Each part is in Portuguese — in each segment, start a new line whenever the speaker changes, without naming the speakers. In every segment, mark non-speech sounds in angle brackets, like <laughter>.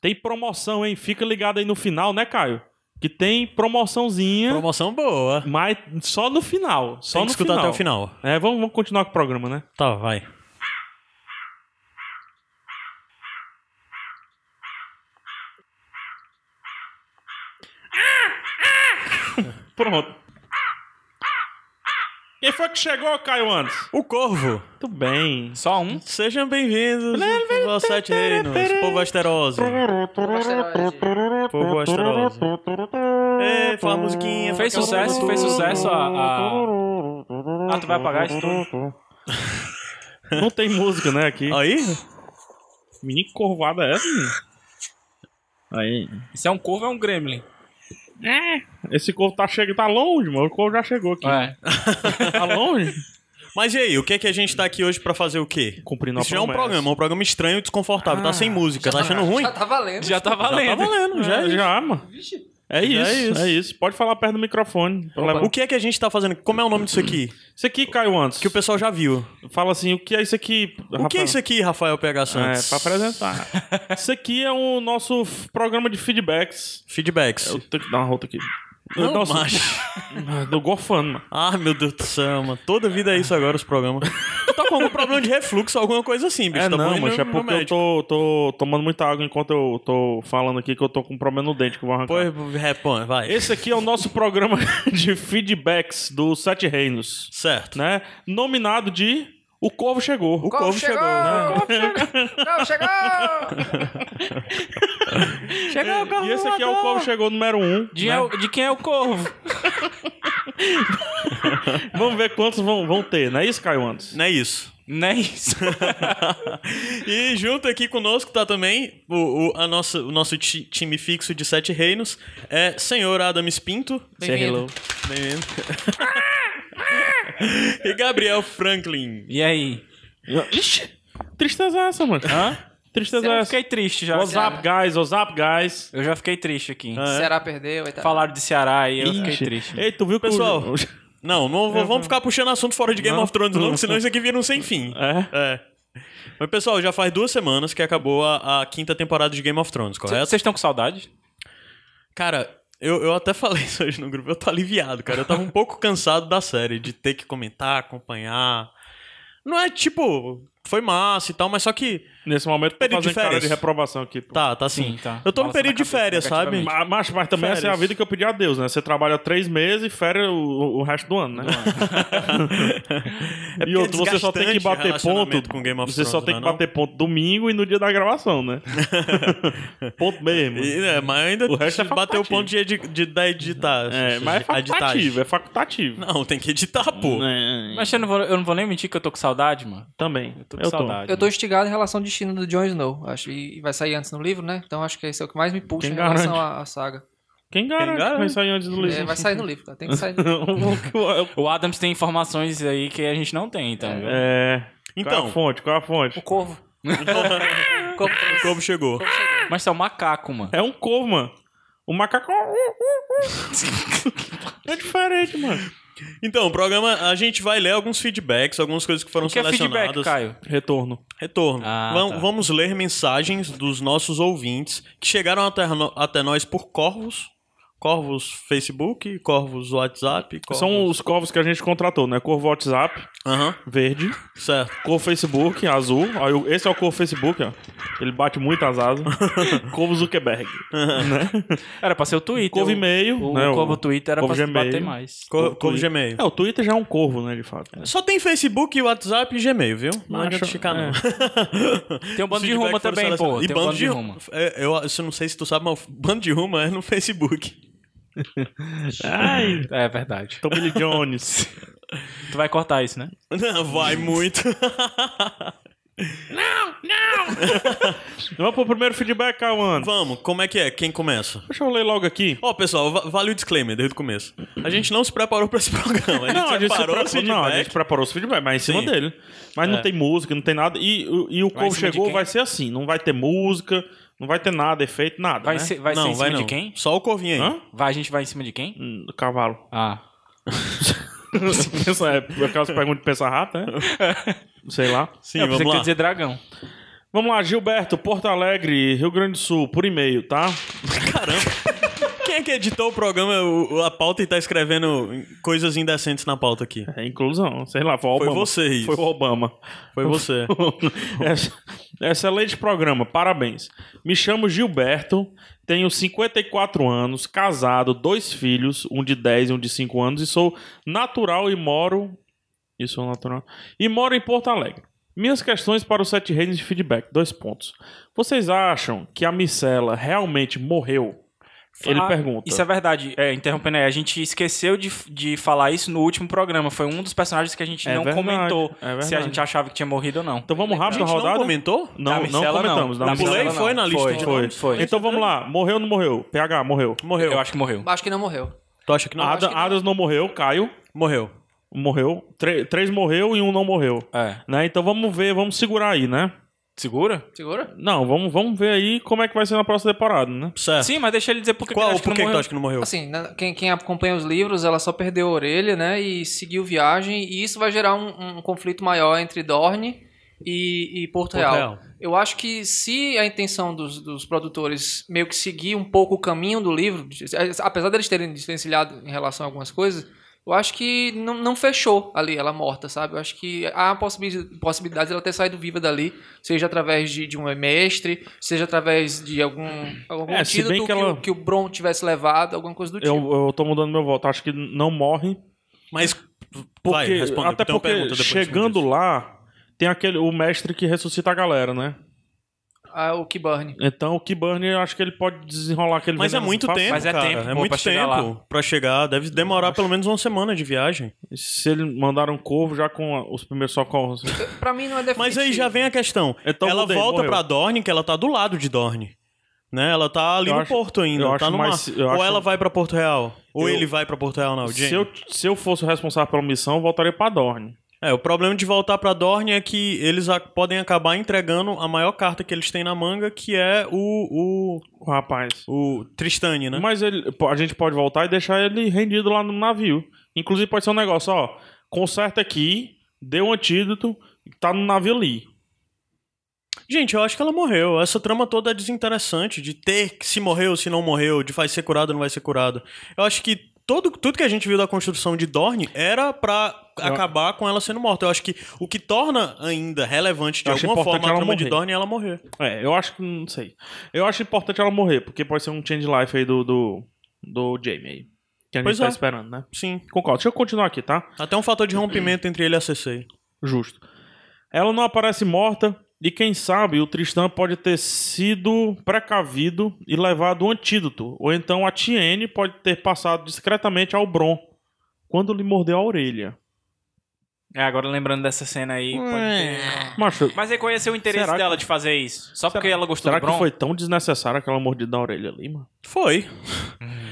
Tem promoção, hein? Fica ligado aí no final, né, Caio? Que tem promoçãozinha,
Promoção boa.
mas só no final. Só
Tem
no
que escutar
final.
até o final.
É, vamos, vamos continuar com o programa, né?
Tá, vai.
Pronto. Quem foi que chegou, Caio Andes?
O Corvo.
Muito bem.
Só um?
Sejam bem-vindos ao Sete Reinos, povo asteroso. Povo asteroso.
É,
Ei, É, fala a musiquinha.
Fez
fala aquela
sucesso, fez
música.
sucesso a. a... Ah, tu vai pagar isso tudo?
<laughs> Não tem música, né, aqui.
Aí?
Menino corvada é essa, menino?
Aí. Isso é um corvo, é um gremlin.
Esse corvo tá, chega, tá longe, mano. O corvo já chegou aqui.
É.
Tá longe?
Mas e aí, o que é que a gente tá aqui hoje pra fazer o quê?
Cumprindo a
Isso já é um
promessa.
programa, um programa estranho e desconfortável. tá sem música, tá achando ruim?
Já tá valendo.
Já tá
Tá
valendo.
valendo, já é
É,
isso.
já, mano.
Vixe.
É isso, é
isso.
isso. Pode falar perto do microfone. pra levar-
O que é que a gente tá fazendo? Como é o nome disso aqui?
Isso aqui, Caio Andes.
Que o pessoal já viu.
Fala assim, o que é isso aqui?
O que é isso aqui, Rafael PH Santos?
tá
É, pra
<laughs>
apresentar. isso aqui é o nosso f- programa de feedbacks.
É
Feedbacks.
Eu tenho que dar uma rota aqui.
Não,
Nossa. <laughs>
macho.
Do gorfando, mano.
Ah, meu Deus do céu, mano. Toda vida é isso agora, os programas. Tu tá com algum problema de refluxo, alguma coisa assim, bicho.
É
tá bom
não,
ir
mas
no-
é
no
porque eu
médico.
tô, tô tomando muita água enquanto eu tô falando aqui que eu tô com um problema no dente que eu vou arrancar.
Pois, responde, vai.
Esse aqui é o nosso programa <laughs> de feedbacks do Sete Reinos,
Certo.
né? Nominado de O Corvo Chegou. Né?
O corvo chegou! O corvo chegou! O corvo chegou!
Chegou <laughs> o corvo.
E esse aqui é o Corvo Chegou número 1. Um,
De,
né?
é o- de quem é o corvo?
Vamos ver quantos vão, vão ter, não é isso, Caio Antes?
Não é isso.
Não é <laughs> isso.
é <laughs> E junto aqui conosco tá também o, o- a nossa, o nosso ti- time fixo de Sete Reinos, é senhor Adams Pinto.
Bem-vindo.
Bem-vindo. <laughs> e Gabriel Franklin.
E aí?
Ixi! Tristeza é essa, mano.
Hã?
Tristeza é
Eu
essa.
fiquei triste já. É.
What's up, guys? What's up, guys?
Eu já fiquei triste aqui.
Ceará perdeu e tal.
Falaram de Ceará e eu
Ixi.
fiquei triste.
Ei, tu viu que o-
Pessoal, não, não v- vamos ficar puxando assunto fora de Game
Não.
of Thrones não, que senão isso aqui vira um sem fim.
É?
É. Mas, pessoal, já faz duas semanas que acabou a, a quinta temporada de Game of Thrones,
C-
correto?
Vocês estão com saudade?
Cara, eu, eu até <laughs> falei isso hoje no grupo, eu tô aliviado, cara. Eu tava um pouco cansado da série, de ter que comentar, acompanhar. Não é tipo, foi massa e tal, mas só que.
Nesse momento, eu tô
Período de
fazendo cara
férias.
de reprovação aqui. pô.
Tá, tá assim.
Sim, tá.
Eu tô num
Balançando
período
a
de
cabeça
férias, sabe?
negativamente.
Ma- Mas, mas também essa é a
Férias.
vida que eu pedi a Deus, né? Você trabalha três meses e férias o, o- o resto do ano, né? <laughs>
É porque
e outro,
é
você só tem que
desgastante
bater
relacionamento
ponto.
com Game of
você só
Thrones,
tem que
não é
bater ponto domingo e no dia da gravação,
<laughs>
né? ponto mesmo.
não? E, é, mas ainda
O resto é
bateu o
facultativo.
ponto de, edi de, da editar.
É,
de-
mas é
a editagem.
facultativo, é facultativo.
Não, tem que editar, pô.
É,
Mas eu não, vou, eu não vou nem mentir que eu tô com saudade, mano.
também.
Eu tô com saudade.
Eu tô instigado em relação ao destino do Jon Snow. Acho, e vai sair antes no livro, né? Então acho que esse é o que mais me puxa
Quem
em relação à, à saga.
Quem garante que
garante?
vai sair antes do Luiz? É,
É,
<laughs>
vai sair no livro, tá? Tem que sair no livro.
O Adams tem informações aí que a gente não tem, então. viu?
é. Qual é a
Então,
fonte? Qual é a fonte?
O corvo. O corvo.
<laughs> o Globo chegou.
Mas você é um macaco, mano.
É um corvo, mano. O macaco. <laughs> é diferente, mano.
Então, o programa, a gente vai ler alguns feedbacks, algumas coisas que foram
O que é
selecionadas.
feedback, Caio?
Retorno.
Retorno.
Ah,
Vam-
tá.
Vamos ler mensagens dos nossos ouvintes que chegaram até, no- até nós por corvos. Corvos Facebook, corvos WhatsApp. Corvos...
São os corvos que a gente contratou, né? Corvo WhatsApp,
Aham,
verde.
certo.
Corvo Facebook, azul. Aí o- Esse é o corvo Facebook, ó. Ele bate muito as asas. corvo Zuckerberg.
Era pra ser o Twitter.
Corvo
o-
e-mail.
O,
né?
o Corvo Twitter era
Corvo
pra se
Gmail.
bater mais.
Cor,
Twitter.
corvo Gmail.
É, o Twitter já é um corvo, né, de fato.
Só tem Facebook, WhatsApp e Gmail, viu? Não
Macho,
adianta
é.
ficar, <laughs> não.
Tem um bando
Os
de Roma
feedbacks foram
também, pô.
selecionados.
Tem um bando de Roma.
é, Eu, eu não sei se tu sabe, mas <laughs> o bando de Roma é no Facebook. <laughs>
Ai,
É verdade.
Tom Billy Jones.
Tu vai cortar isso, né?
Não, vai muito.
<laughs>
<laughs>
Vamos pro primeiro feedback, Alan.
Vamos, como é que é? Quem começa?
Deixa eu ler logo aqui.
Ó, pessoal, va- vale o disclaimer desde o começo. A gente não se preparou pra esse <laughs> programa. A gente
Não, a gente, se
separou
preparou,
esse
não, a
feedback.
gente preparou os feedbacks, mas em cima
Sim.
dele. Mas não tem música, não tem nada. E, e o
em
Corvo
cima de
chegou
quem?
vai ser assim: não vai ter música, não vai ter nada, efeito, nada.
Vai
né?
ser, vai ser
não,
em
vai
cima
não.
de quem?
Só o Corvinho aí.
Hã?
Vai, a gente vai em cima de quem?
Hum, do Cavalo.
Ah.
Pensa, é, aquelas perguntas de pensar rato, né? Sei lá.
Sim,
É, eu pensei
vamos
que ia
lá.
dizer dragão.
Vamos lá, Gilberto, Porto Alegre, Rio Grande do Sul, por e-mail, tá?
<laughs> Quem é que editou o programa, o- a pauta e tá escrevendo coisas indecentes na pauta aqui?
É inclusão, sei lá, foi o
Foi
Obama.
você, isso.
Foi o Obama.
Foi você.
Ex- Excelente programa, parabéns. Me chamo Gilberto, tenho 54 anos, casado, dois filhos, um de 10 e um de 5 anos, e sou natural e moro. Isso é natural. E moro em Porto Alegre. Minhas questões para o Sete Reis de feedback, dois pontos. Vocês acham que a micela realmente morreu? Ele
Ah,
pergunta.
Isso é verdade. É, interrompendo aí, a gente esqueceu de, de falar isso no último programa. Foi um dos personagens que a gente
É
não
verdade,
comentou
é verdade.
se a gente achava que tinha morrido ou não.
Então vamos
A
rápido
gente
a rodada?
não comentou?
Não,
Da
não
micela, não.
comentamos. da
Da
micela.
Pulei
não.
foi na lista.
Foi,
de
Foi.
nomes?
foi.
Então vamos lá. Morreu ou não morreu? PH, morreu.
né? Morreu.
Eu acho que morreu.
Acho que não morreu.
Tu acha que não?
Ada- Adas não morreu, Caio
Morreu.
morreu. Tre- três morreu e um não morreu.
É.
Né? Então vamos ver, vamos segurar aí, né?
Segura?
Segura?
Não, vamos, vamos ver aí como é que vai ser na próxima temporada, né?
Certo.
<laughs> Sim, mas deixa ele dizer por que
Qual?
ele
Por que,
acha não
que tu
morreu.
acha que não morreu?
Assim, né, quem, quem acompanha os livros, ela só perdeu a orelha, né? E seguiu viagem. E isso vai gerar um, um conflito maior entre Dorne e, e Porto,
Porto
Real.
Real.
Eu acho que se a intenção dos, dos produtores meio que seguir um pouco o caminho do livro, apesar deles terem distanciado em relação a algumas coisas, eu acho que não, não fechou ali ela morta, sabe? Eu acho que há a possibi- possibilidade dela ter saído viva dali, seja através de, de um mestre, seja através de algum, algum
É, se
título
bem
que,
que ela-
o, que o Bron tivesse levado, alguma coisa do tipo.
Eu, eu tô mudando meu voto. Acho que não morre.
Mas. vai,
Porque,
responda,
até
tem uma pergunta
porque
depois
chegando
disso.
lá, tem aquele o mestre que ressuscita a galera, né?
Ah, o Kiburn.
Então o Kiburn, eu acho que ele pode desenrolar aquele
Mas é
veneno
muito
fácil.
tempo.
Mas é
cara.
tempo,
É
pô,
muito
pra chegar
tempo pra chegar. Deve demorar pelo menos uma semana de viagem.
Se ele mandar um corvo já com a- os primeiros socorros.
Pra mim não é definitivo.
Mas aí já vem a questão.
Então
ela
mudei,
volta
assim. morreu.
pra Dorne, que ela tá do lado de Dorne. Né? Ela tá ali
Eu
no
acho-
Porto ainda.
eu
ela
acho
tá no
mais-
mar.
eu
Ou
acho-
ela vai pra Porto Real. Ou
Eu-
ele vai pra Porto Real na audiência.
se, eu, se eu fosse o responsável pela missão, eu voltaria pra Dorne.
É, o problema de voltar pra Dorne é que eles a- podem acabar entregando a maior carta que eles têm na manga, que é o.
O rapaz.
o, o Tristane, né?
Mas ele- pô, a gente pode voltar e deixar ele rendido lá no navio. Inclusive pode ser um negócio, ó. Conserta aqui, deu um antídoto, tá no navio ali.
Gente, eu acho que ela morreu. Essa trama toda é desinteressante de ter que se morreu, se não morreu, de vai ser curado ou não vai ser curado. Eu acho que todo, tudo que a gente viu da construção de Dorne era pra acabar com ela sendo morta. Eu acho que o que torna ainda relevante de
Eu acho
alguma
importante
forma a
ela
trama de
morrer.
Dorne é ela morrer.
É, eu acho que não sei. Eu acho importante ela morrer, porque pode ser um change life aí do, do, do Jamie aí. Que a gente
Pois
tá
é.
esperando, né?
Sim.
Concordo. Deixa eu continuar aqui, tá?
Até um fator de rompimento entre ele e a Cersei.
Justo. Ela não aparece morta e quem sabe o Tristan pode ter sido precavido e levado um antídoto, ou então a Tiene pode ter passado discretamente ao Bron quando lhe mordeu a orelha.
É, agora lembrando dessa cena aí. pode ter-
Macho,
Mas aí conheceu o interesse
Será que-
dela de fazer isso. Só porque ela gostou
será
do
que
Bron.
foi tão desnecessária aquela mordida na orelha ali, mano?
Foi.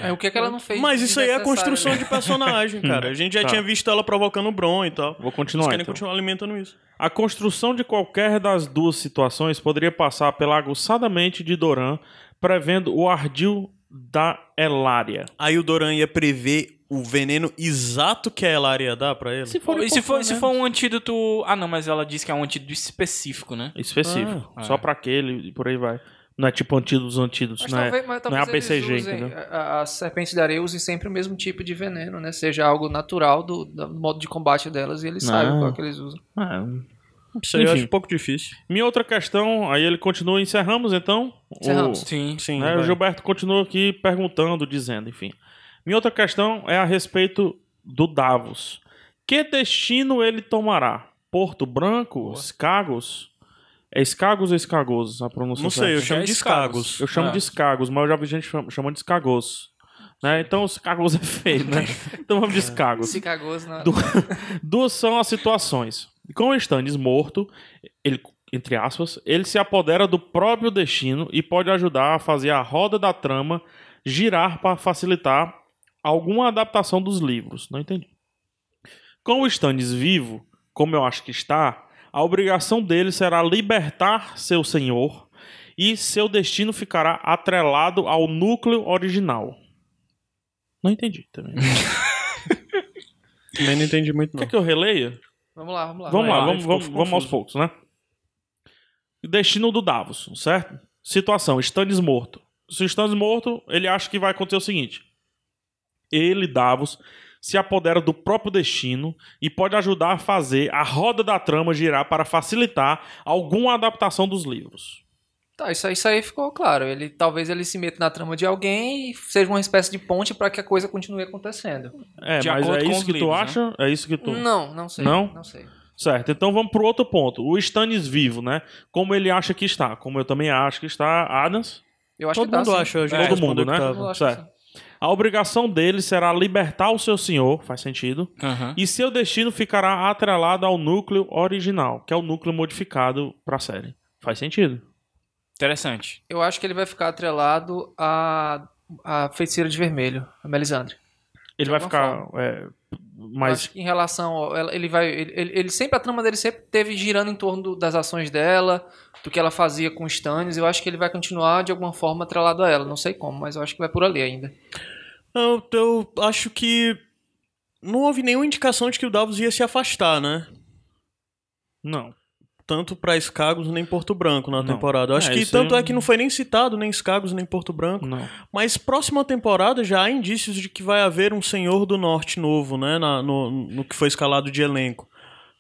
É, o que é que ela não fez?
Mas isso aí é a construção
né?
<laughs>
de personagem, cara. A gente já
Tá.
tinha visto ela provocando o Bron e tal.
Vou
Eles
continuar,
querem
então.
continuar alimentando isso.
A construção de qualquer das duas situações poderia passar pela aguçada mente de Doran, prevendo o ardil da Elária.
Aí o Doran ia prever o veneno exato que a Elara ia dar pra ele.
Pô, E se for, se for um antídoto. Ah, não, mas ela disse que é um antídoto específico, né?
específico.
Ah,
só
é.
pra aquele e por aí vai. Não é tipo antídotos, antídotos,
Mas
não é?
talvez, mas
não é
talvez eles
ABCG,
usem-
entendeu?
a- a- As serpentes de areia usem sempre o mesmo tipo de veneno, né? Seja algo natural do, do modo de combate delas e eles
Não.
sabem qual que eles usam.
Ah,
Isso aí eu
Enfim.
acho um pouco difícil.
minha outra questão, aí ele continua, encerramos então?
Encerramos.
O-
Sim.
Sim.
né,
vai.
o Gilberto continua aqui perguntando, dizendo, enfim. Minha outra questão é a respeito do Davos. Que destino ele tomará? Porto Branco? Escagos? É Escagos ou Escagos? A pronúncia
Não sei,
certa?
eu É. chamo de
Escagos.
escagos.
Eu chamo
Ah.
de escagos, mas eu já vi gente cham- chamando de escagos. Né? Então, os escagos é feio, né?
<laughs>
Então vamos de escagos.
Se cagou, não.
Du- Duas são as situações. Com o Stannis morto, ele, entre aspas, ele se apodera do próprio destino e pode ajudar a fazer a roda da trama girar para facilitar alguma adaptação dos livros. Não entendi. Com o Stannis vivo, como eu acho que está, a obrigação dele será libertar seu senhor e seu destino ficará atrelado ao núcleo original. Não entendi também. O
Também não entendi muito,
que é
não.
que eu releia?
Vamos lá, vamos lá.
Vamos lá,
Vai,
vamos,
Ah, ficou
vamos, vamos aos
confuso.
poucos, né? Destino do Davos, certo? Situação: Stannis morto. Se o Stannis morto, ele acha que vai acontecer o seguinte: ele, Davos, se apodera do próprio destino e pode ajudar a fazer a roda da trama girar para facilitar alguma adaptação dos livros.
Tá, isso aí, isso aí ficou claro. Ele talvez ele se meta na trama de alguém e seja uma espécie de ponte pra que a coisa continue acontecendo.
É,
De
mas
acordo
é
com
isso
os
que tu
livros, né?
acha? É isso que tu.
Não, não sei.
Não?
Não sei.
Certo, então vamos pro outro ponto. O Stannis vivo, né? Como ele acha que está, como eu também acho que está, Adams.
Eu acho
<laughs> Todo
que tá,
mundo
sim.
acha, a gente
Todo mundo,
respondeu que
né?
Todo mundo
tava.
acha que
Certo.
sim.
A obrigação dele será libertar o seu senhor, faz sentido,
Aham.
e seu destino ficará atrelado ao núcleo original, que é o núcleo modificado pra série. Faz sentido.
Interessante.
Eu acho que ele vai ficar atrelado à, à feiticeira de vermelho, a Melisandre.
Ele
De
vai
alguma
ficar é,
Eu
mais
Acho que em relação ao, ela- ele vai ele, ele- ele sempre a trama dele sempre teve girando em torno do- das ações dela, do que ela fazia com os Stannis. Eu acho que ele vai continuar de alguma forma atrelado a ela, não sei como, mas eu acho que vai por ali ainda.
Eu, eu acho que não houve nenhuma indicação de que o Davos ia se afastar, né?
Não.
Tanto pra Escagos nem Porto Branco na
Não.
temporada. Eu acho
É,
que
isso
tanto
aí-
é que não foi nem citado nem Escagos nem Porto Branco.
Não.
Mas próxima temporada já há indícios de que vai haver um Senhor do Norte novo, né? na- no, no que foi escalado de elenco.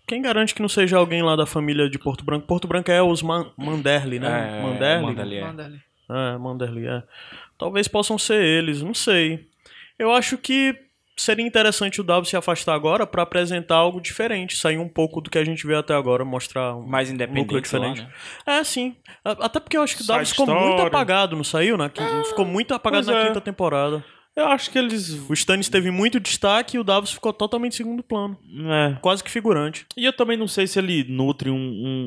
Quem garante que não seja alguém lá da família de Porto Branco? Porto Branco é os Man Manderly, né?
É,
Manderly.
Manderly, é.
Manda ali.
É, Manderly, é. Talvez possam ser eles, não sei. Eu acho que seria interessante o Davos se afastar agora pra apresentar algo diferente, sair um pouco do que a gente vê até agora, mostrar um...
Mais
Núcleo
independente. sei lá,
diferente.
né?
É, sim. A- Até porque eu acho que o Davos
Side
ficou muito
story. É,
apagado, não saiu? Na... quin- Ficou muito apagado
pois
na
é.
quinta temporada.
Eu acho que eles.
O Stannis teve muito destaque e o Davos ficou totalmente em segundo plano.
É.
Quase que figurante.
E eu também não sei se ele nutre um,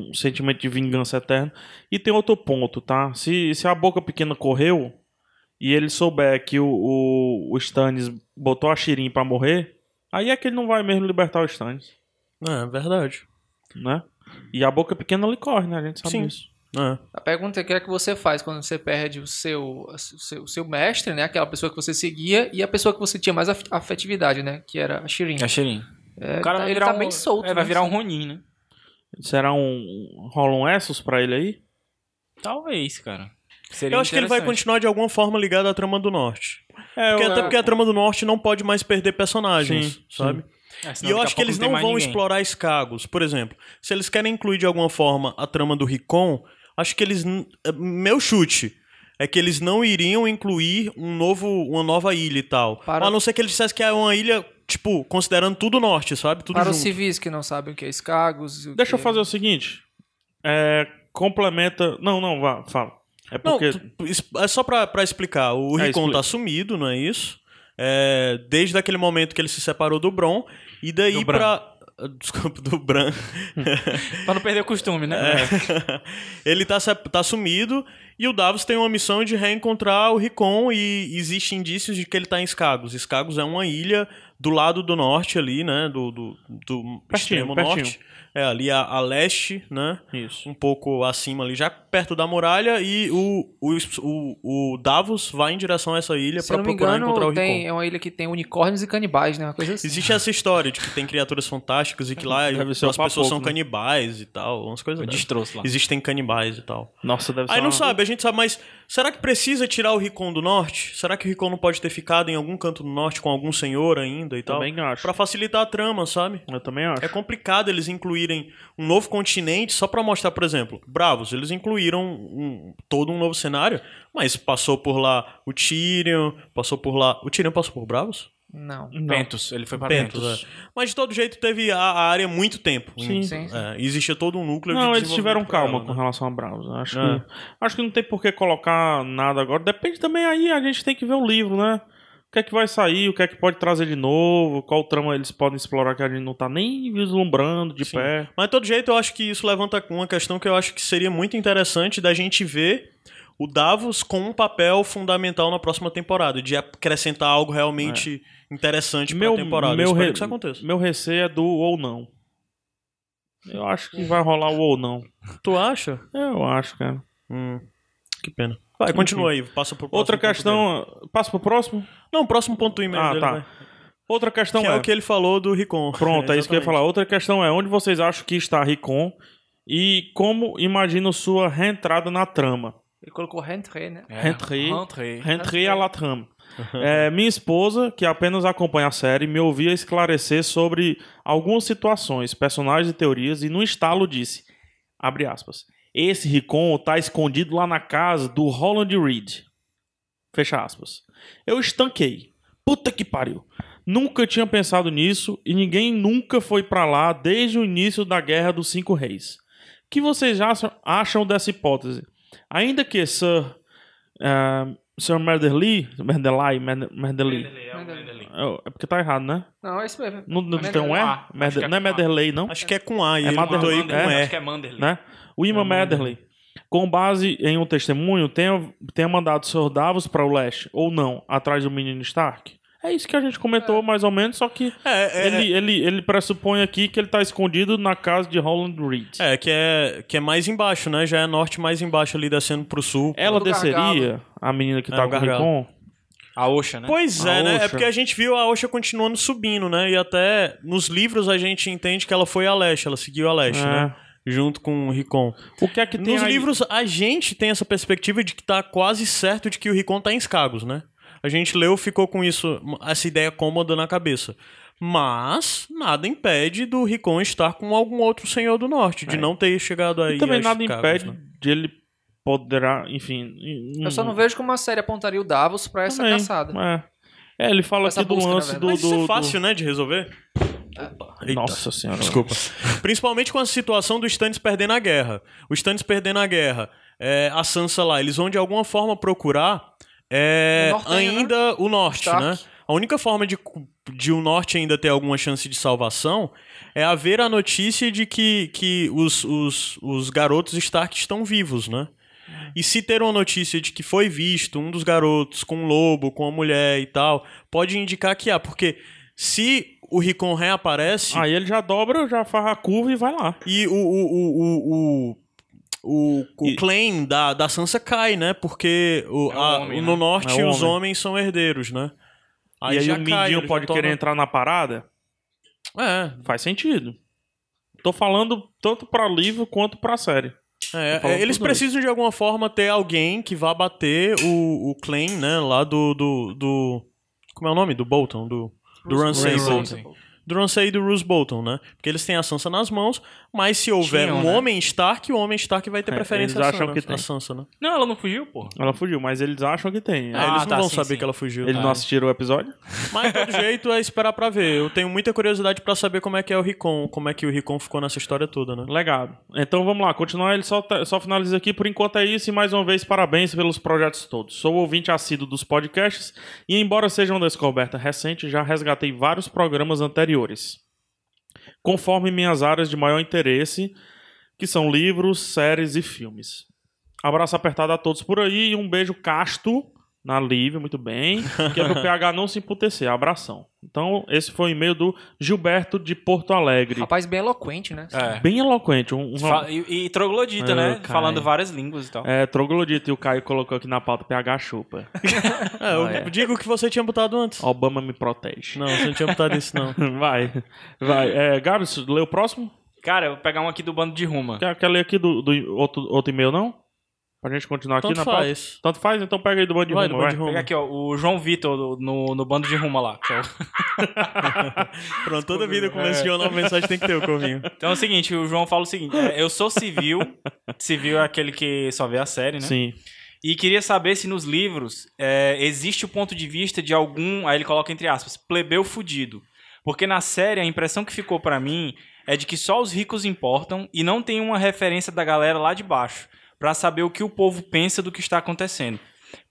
um sentimento de vingança eterna. E tem outro ponto, tá? Se, se a boca pequena correu e ele souber que o, o, o Stannis botou a Shirin pra morrer, aí é que ele não vai mesmo libertar o Stannis,
É, verdade.
né? E a boca pequena ele corre, né? A gente sabe
Sim.
disso.
É.
A pergunta é o que é que você faz quando você perde o seu, o seu, o seu mestre, né? Aquela pessoa que você seguia e a pessoa que você tinha mais af- afetividade, né? Que era a Shirin.
É Shirin.
É,
O cara
tá-
vai
ele
virar
tá
um...
bem solto.
É, vai
né?
virar um Ronin, né?
Será um. rola um Essos pra ele aí?
Talvez, cara. Seria
Eu acho que ele vai
interessante.
continuar de alguma forma ligado à trama do Norte.
É,
Porque,
eu-
até porque a trama do Norte não pode mais perder personagens,
Sim,
sabe?
É, senão
E eu
daqui a
acho que
pouco
eles
tem
não
mais
vão
ninguém.
explorar escagos. Por exemplo, se eles querem incluir de alguma forma a trama do Ricon, acho que eles. n- eh, Meu chute. É que eles não iriam incluir um novo, uma nova ilha e tal.
Para-
A não ser que eles dissessem que é uma ilha, tipo, considerando tudo norte, sabe? Tudo
Para os
junto.
civis que não sabem o que é escagos. o
Deixa eu
que-
fazer o seguinte. É, complementa. Não, não, vá, fala. É
Não,
porque.
tu- es- é só pra, pra explicar. O
É,
Ricon
explica.
tá sumido, não é isso? É, desde aquele momento que ele se separou do Bron. E daí
Do Bran.
pra. ah, Desculpa, do
<laughs>
Bran. <laughs>
Pra não perder o costume, né?
É. ele tá, se- tá sumido e o Davos tem uma missão de reencontrar o Ricon e existem indícios de que ele tá em Skagos. Skagos é uma ilha do lado do norte ali, né? Do, do, do
Pertinho,
extremo
pertinho.
norte. É, ali a, a leste, né?
Isso.
Um pouco acima ali, já perto da muralha, e o, o, o, o Davos vai em direção a essa ilha
Se eu
pra
não me
procurar encontrar o
engano, tem, é uma ilha que tem unicórnios e canibais, né? Uma coisa assim.
Existe essa história de que tem criaturas fantásticas e que lá
É, Deve
as
ser o
pessoas
Papoco,
são
né?
canibais e tal, umas coisas
Eu
dessas.
destroço lá.
Existem canibais e tal.
Nossa, deve ser.
Aí não
uma-
sabe, a gente sabe, mas será que precisa tirar o Ricon do norte? Será que o Ricon não pode ter ficado em algum canto do norte com algum senhor ainda e tal?
Também acho.
então. Pra facilitar a trama, sabe?
Eu também acho.
É complicado eles incluírem um novo continente só pra mostrar, por exemplo, Bravos, eles incluíram um- todo um novo cenário, mas passou por lá o Tyrion, passou por lá. O Tyrion passou por Bravos?
Não.
Não.
Pentos, ele foi pra Pentos.
é. Mas de todo jeito teve a, a área muito tempo.
Sim.
Sim.
É, existia todo um núcleo de
Não, eles tiveram
desenvolvimento pra
calma
ela,
com
né?
relação a Bravos. Acho,
É.
que, acho que não tem por que colocar nada agora. Depende também aí, a gente tem que ver o livro, né? O que é que vai sair, o que é que pode trazer de novo, qual trama eles podem explorar que a gente não tá nem vislumbrando de
Sim.
pé.
Mas de todo jeito, eu acho que isso levanta uma questão que eu acho que seria muito interessante da gente ver o Davos com um papel fundamental na próxima temporada, de acrescentar algo realmente interessante
É. Meu-
pra temporada.
meu
Eu espero
re-
que isso aconteça.
Meu receio é do ou não. Eu acho que vai rolar o ou não.
Tu acha?
Eu acho, cara.
Hum, que pena. Vai, continua aí, passa por
Outra questão. Passa pro próximo?
Não, próximo ponto do e-mail
Ah,
dele,
tá.
vai.
Outra questão é,
<laughs> que Então é, o que ele falou do Ricon.
Pronto, é isso que eu ia
Exatamente.
falar. Outra questão é: onde vocês acham que está a Ricon E como imagino sua reentrada na trama?
Ele colocou rentré, né?
É,
Rentrée.
Rentrée.
Rentrée à la trama. É, minha esposa, que apenas acompanha a série, me ouvia esclarecer sobre algumas situações, personagens e teorias, e no estalo disse, abre aspas, esse Ricon tá escondido lá na casa do Roland Reed. Fecha aspas. Eu estanquei. Puta que pariu. Nunca tinha pensado nisso e ninguém nunca foi pra lá desde o início da Guerra dos Cinco Reis. O que vocês acham- acham dessa hipótese? Ainda que Sir, ah, Sir Merderly, Merderly, Merder- Merderly, é é porque tá errado, né?
Não, é isso mesmo.
Não, não tem um E?
Merderly. Ah, acho
Merder-
que é
não é
com A.
Merderley, não?
Acho que é com A e
É
ele
Mother-
mandou aí com
é.
E.
Acho que é Manderley.
né? O Imam
É,
Uhum.
Matherly, com base em um testemunho, tenha, tenha mandado Sr. Davos para o leste ou não, atrás do menino Stark? É isso que a gente comentou mais ou menos, só que
É, é,
ele, ele, ele pressupõe aqui que ele tá escondido na casa de Roland Reed.
é, que é que é mais embaixo, né? Já é norte mais embaixo ali descendo pro sul.
Ela
Do
desceria,
É um gargalo. um
a menina que
É,
tá
o
com o
gargalo.
Ricon?
A Osha, né?
Pois é,
A
né?
Osha.
É porque a gente viu a Osha continuando subindo, né? E até nos livros a gente entende que ela foi a leste, ela seguiu a leste,
É.
né? Junto com o Ricon.
O que é que tem
Nos
aí?
livros a gente tem essa perspectiva de que tá quase certo de que o Ricon tá em Escagos, né? A gente leu, ficou com isso, essa ideia cômoda na cabeça. Mas nada impede do Ricon estar com algum outro senhor do norte, de não ter chegado
É.
aí.
E
é
também
a
nada
Escagos,
impede
né?
de ele poderá, enfim...
Eu só não vejo como a série apontaria o Davos pra essa
Uhum. também,
caçada.
É. É, ele fala
Essa
aqui do
busca, na
lance do...
verdade.
Mas isso
do-
é fácil, né, de resolver?
do- Nossa senhora.
Desculpa. Principalmente com a situação do Stannis perdendo a guerra. O Stannis perdendo a guerra, é, a Sansa lá, eles vão de alguma forma procurar é,
O norte ainda, né?
ainda o norte,
Stark.
né? A única forma de, cu- de o norte ainda ter alguma chance de salvação é haver a notícia de que, que os, os, os garotos Stark estão vivos, né?
Uhum.
E se ter uma notícia de que foi visto um dos garotos com um lobo, com uma mulher e tal, pode indicar que há, porque se o Ricon reaparece,
Aí ele já dobra, já faz a curva e vai lá.
e o. o, o, o, o... O, o
E-
claim da, da Sansa cai, né? Porque o,
É um
a-
homem,
no
né?
norte
É um
os
homem.
homens são herdeiros, né?
e aí
já
o
cai, ele
Mindinho
já
pode
torna-
querer entrar na parada?
É,
Faz sentido. Tô falando tanto pra livro quanto pra série.
É,
Tô falando
é, eles
por dois.
precisam de alguma forma ter alguém que vá bater o, o claim, né, lá do, do, do- Como é o nome? Do Bolton, do... Do Ramsay
Ramsay
Bolton. Do Ramsay e do Roose Bolton, né? Porque eles têm a Sansa nas mãos, mas se houver
Tinham,
um
né?
homem Stark, o homem Stark vai ter
É,
preferência
eles
à
acham
Sansa,
que tem.
à Sansa, né?
Não, ela não fugiu, pô.
Ela fugiu, mas eles acham que tem.
É,
Ah,
eles não
tá,
vão
sim,
saber
sim.
que ela fugiu.
Eles
É.
não assistiram o episódio?
Mas, de todo jeito, é esperar pra ver. Eu tenho muita curiosidade pra saber como é que é o Ricon, como é que o Ricon ficou nessa história toda, né?
Legado. Então vamos lá, continuar. Ele só, tá- só finaliza aqui. Por enquanto é isso. E mais uma vez, parabéns pelos projetos todos. Sou ouvinte assíduo dos podcasts. E embora seja uma descoberta recente, já resgatei vários programas anteriores. Conforme minhas áreas de maior interesse, que são livros, séries e filmes. Abraço apertado a todos por aí e um beijo casto na Live, muito bem. Que é pro PH não se emputecer. Abração. Então, esse foi o e-mail do Gilberto de Porto Alegre.
Rapaz bem eloquente, né?
É.
Bem eloquente, um, um
Fa- E, e troglodita,
Ah,
né?
cara.
Falando várias línguas e tal.
é, troglodita e o Caio colocou aqui na pauta PH chupa.
É, eu
Ah, é.
digo que você tinha botado antes.
Obama me protege.
Não, você não tinha botado isso, não.
<laughs> Vai, vai. É, Gabs, lê o próximo?
Cara, eu vou pegar um aqui do bando de Ruma.
Quer, quer ler aqui do, do outro, outro e-mail, não? Pra gente continuar aqui
Tanto
na pauta?
faz.
Tanto faz, então pega aí do bando de
Vai,
Roma,
do Bando
vai.
de
Vou
Ruma.
pegar aqui, ó, o João Vitor do- no, no bando de Ruma lá. que é o-
Pronto, toda vida começa de uma nova mensagem, tem que ter o <laughs> Corvinho.
Então é o seguinte, o João fala o seguinte, é, eu sou civil, civil é aquele que só vê a série, né?
Sim.
E queria saber se nos livros é, existe o ponto de vista de algum, aí ele coloca entre aspas, plebeu fudido. Porque na série a impressão que ficou pra mim é de que só os ricos importam e não tem uma referência da galera lá de baixo pra saber o que o povo pensa do que está acontecendo.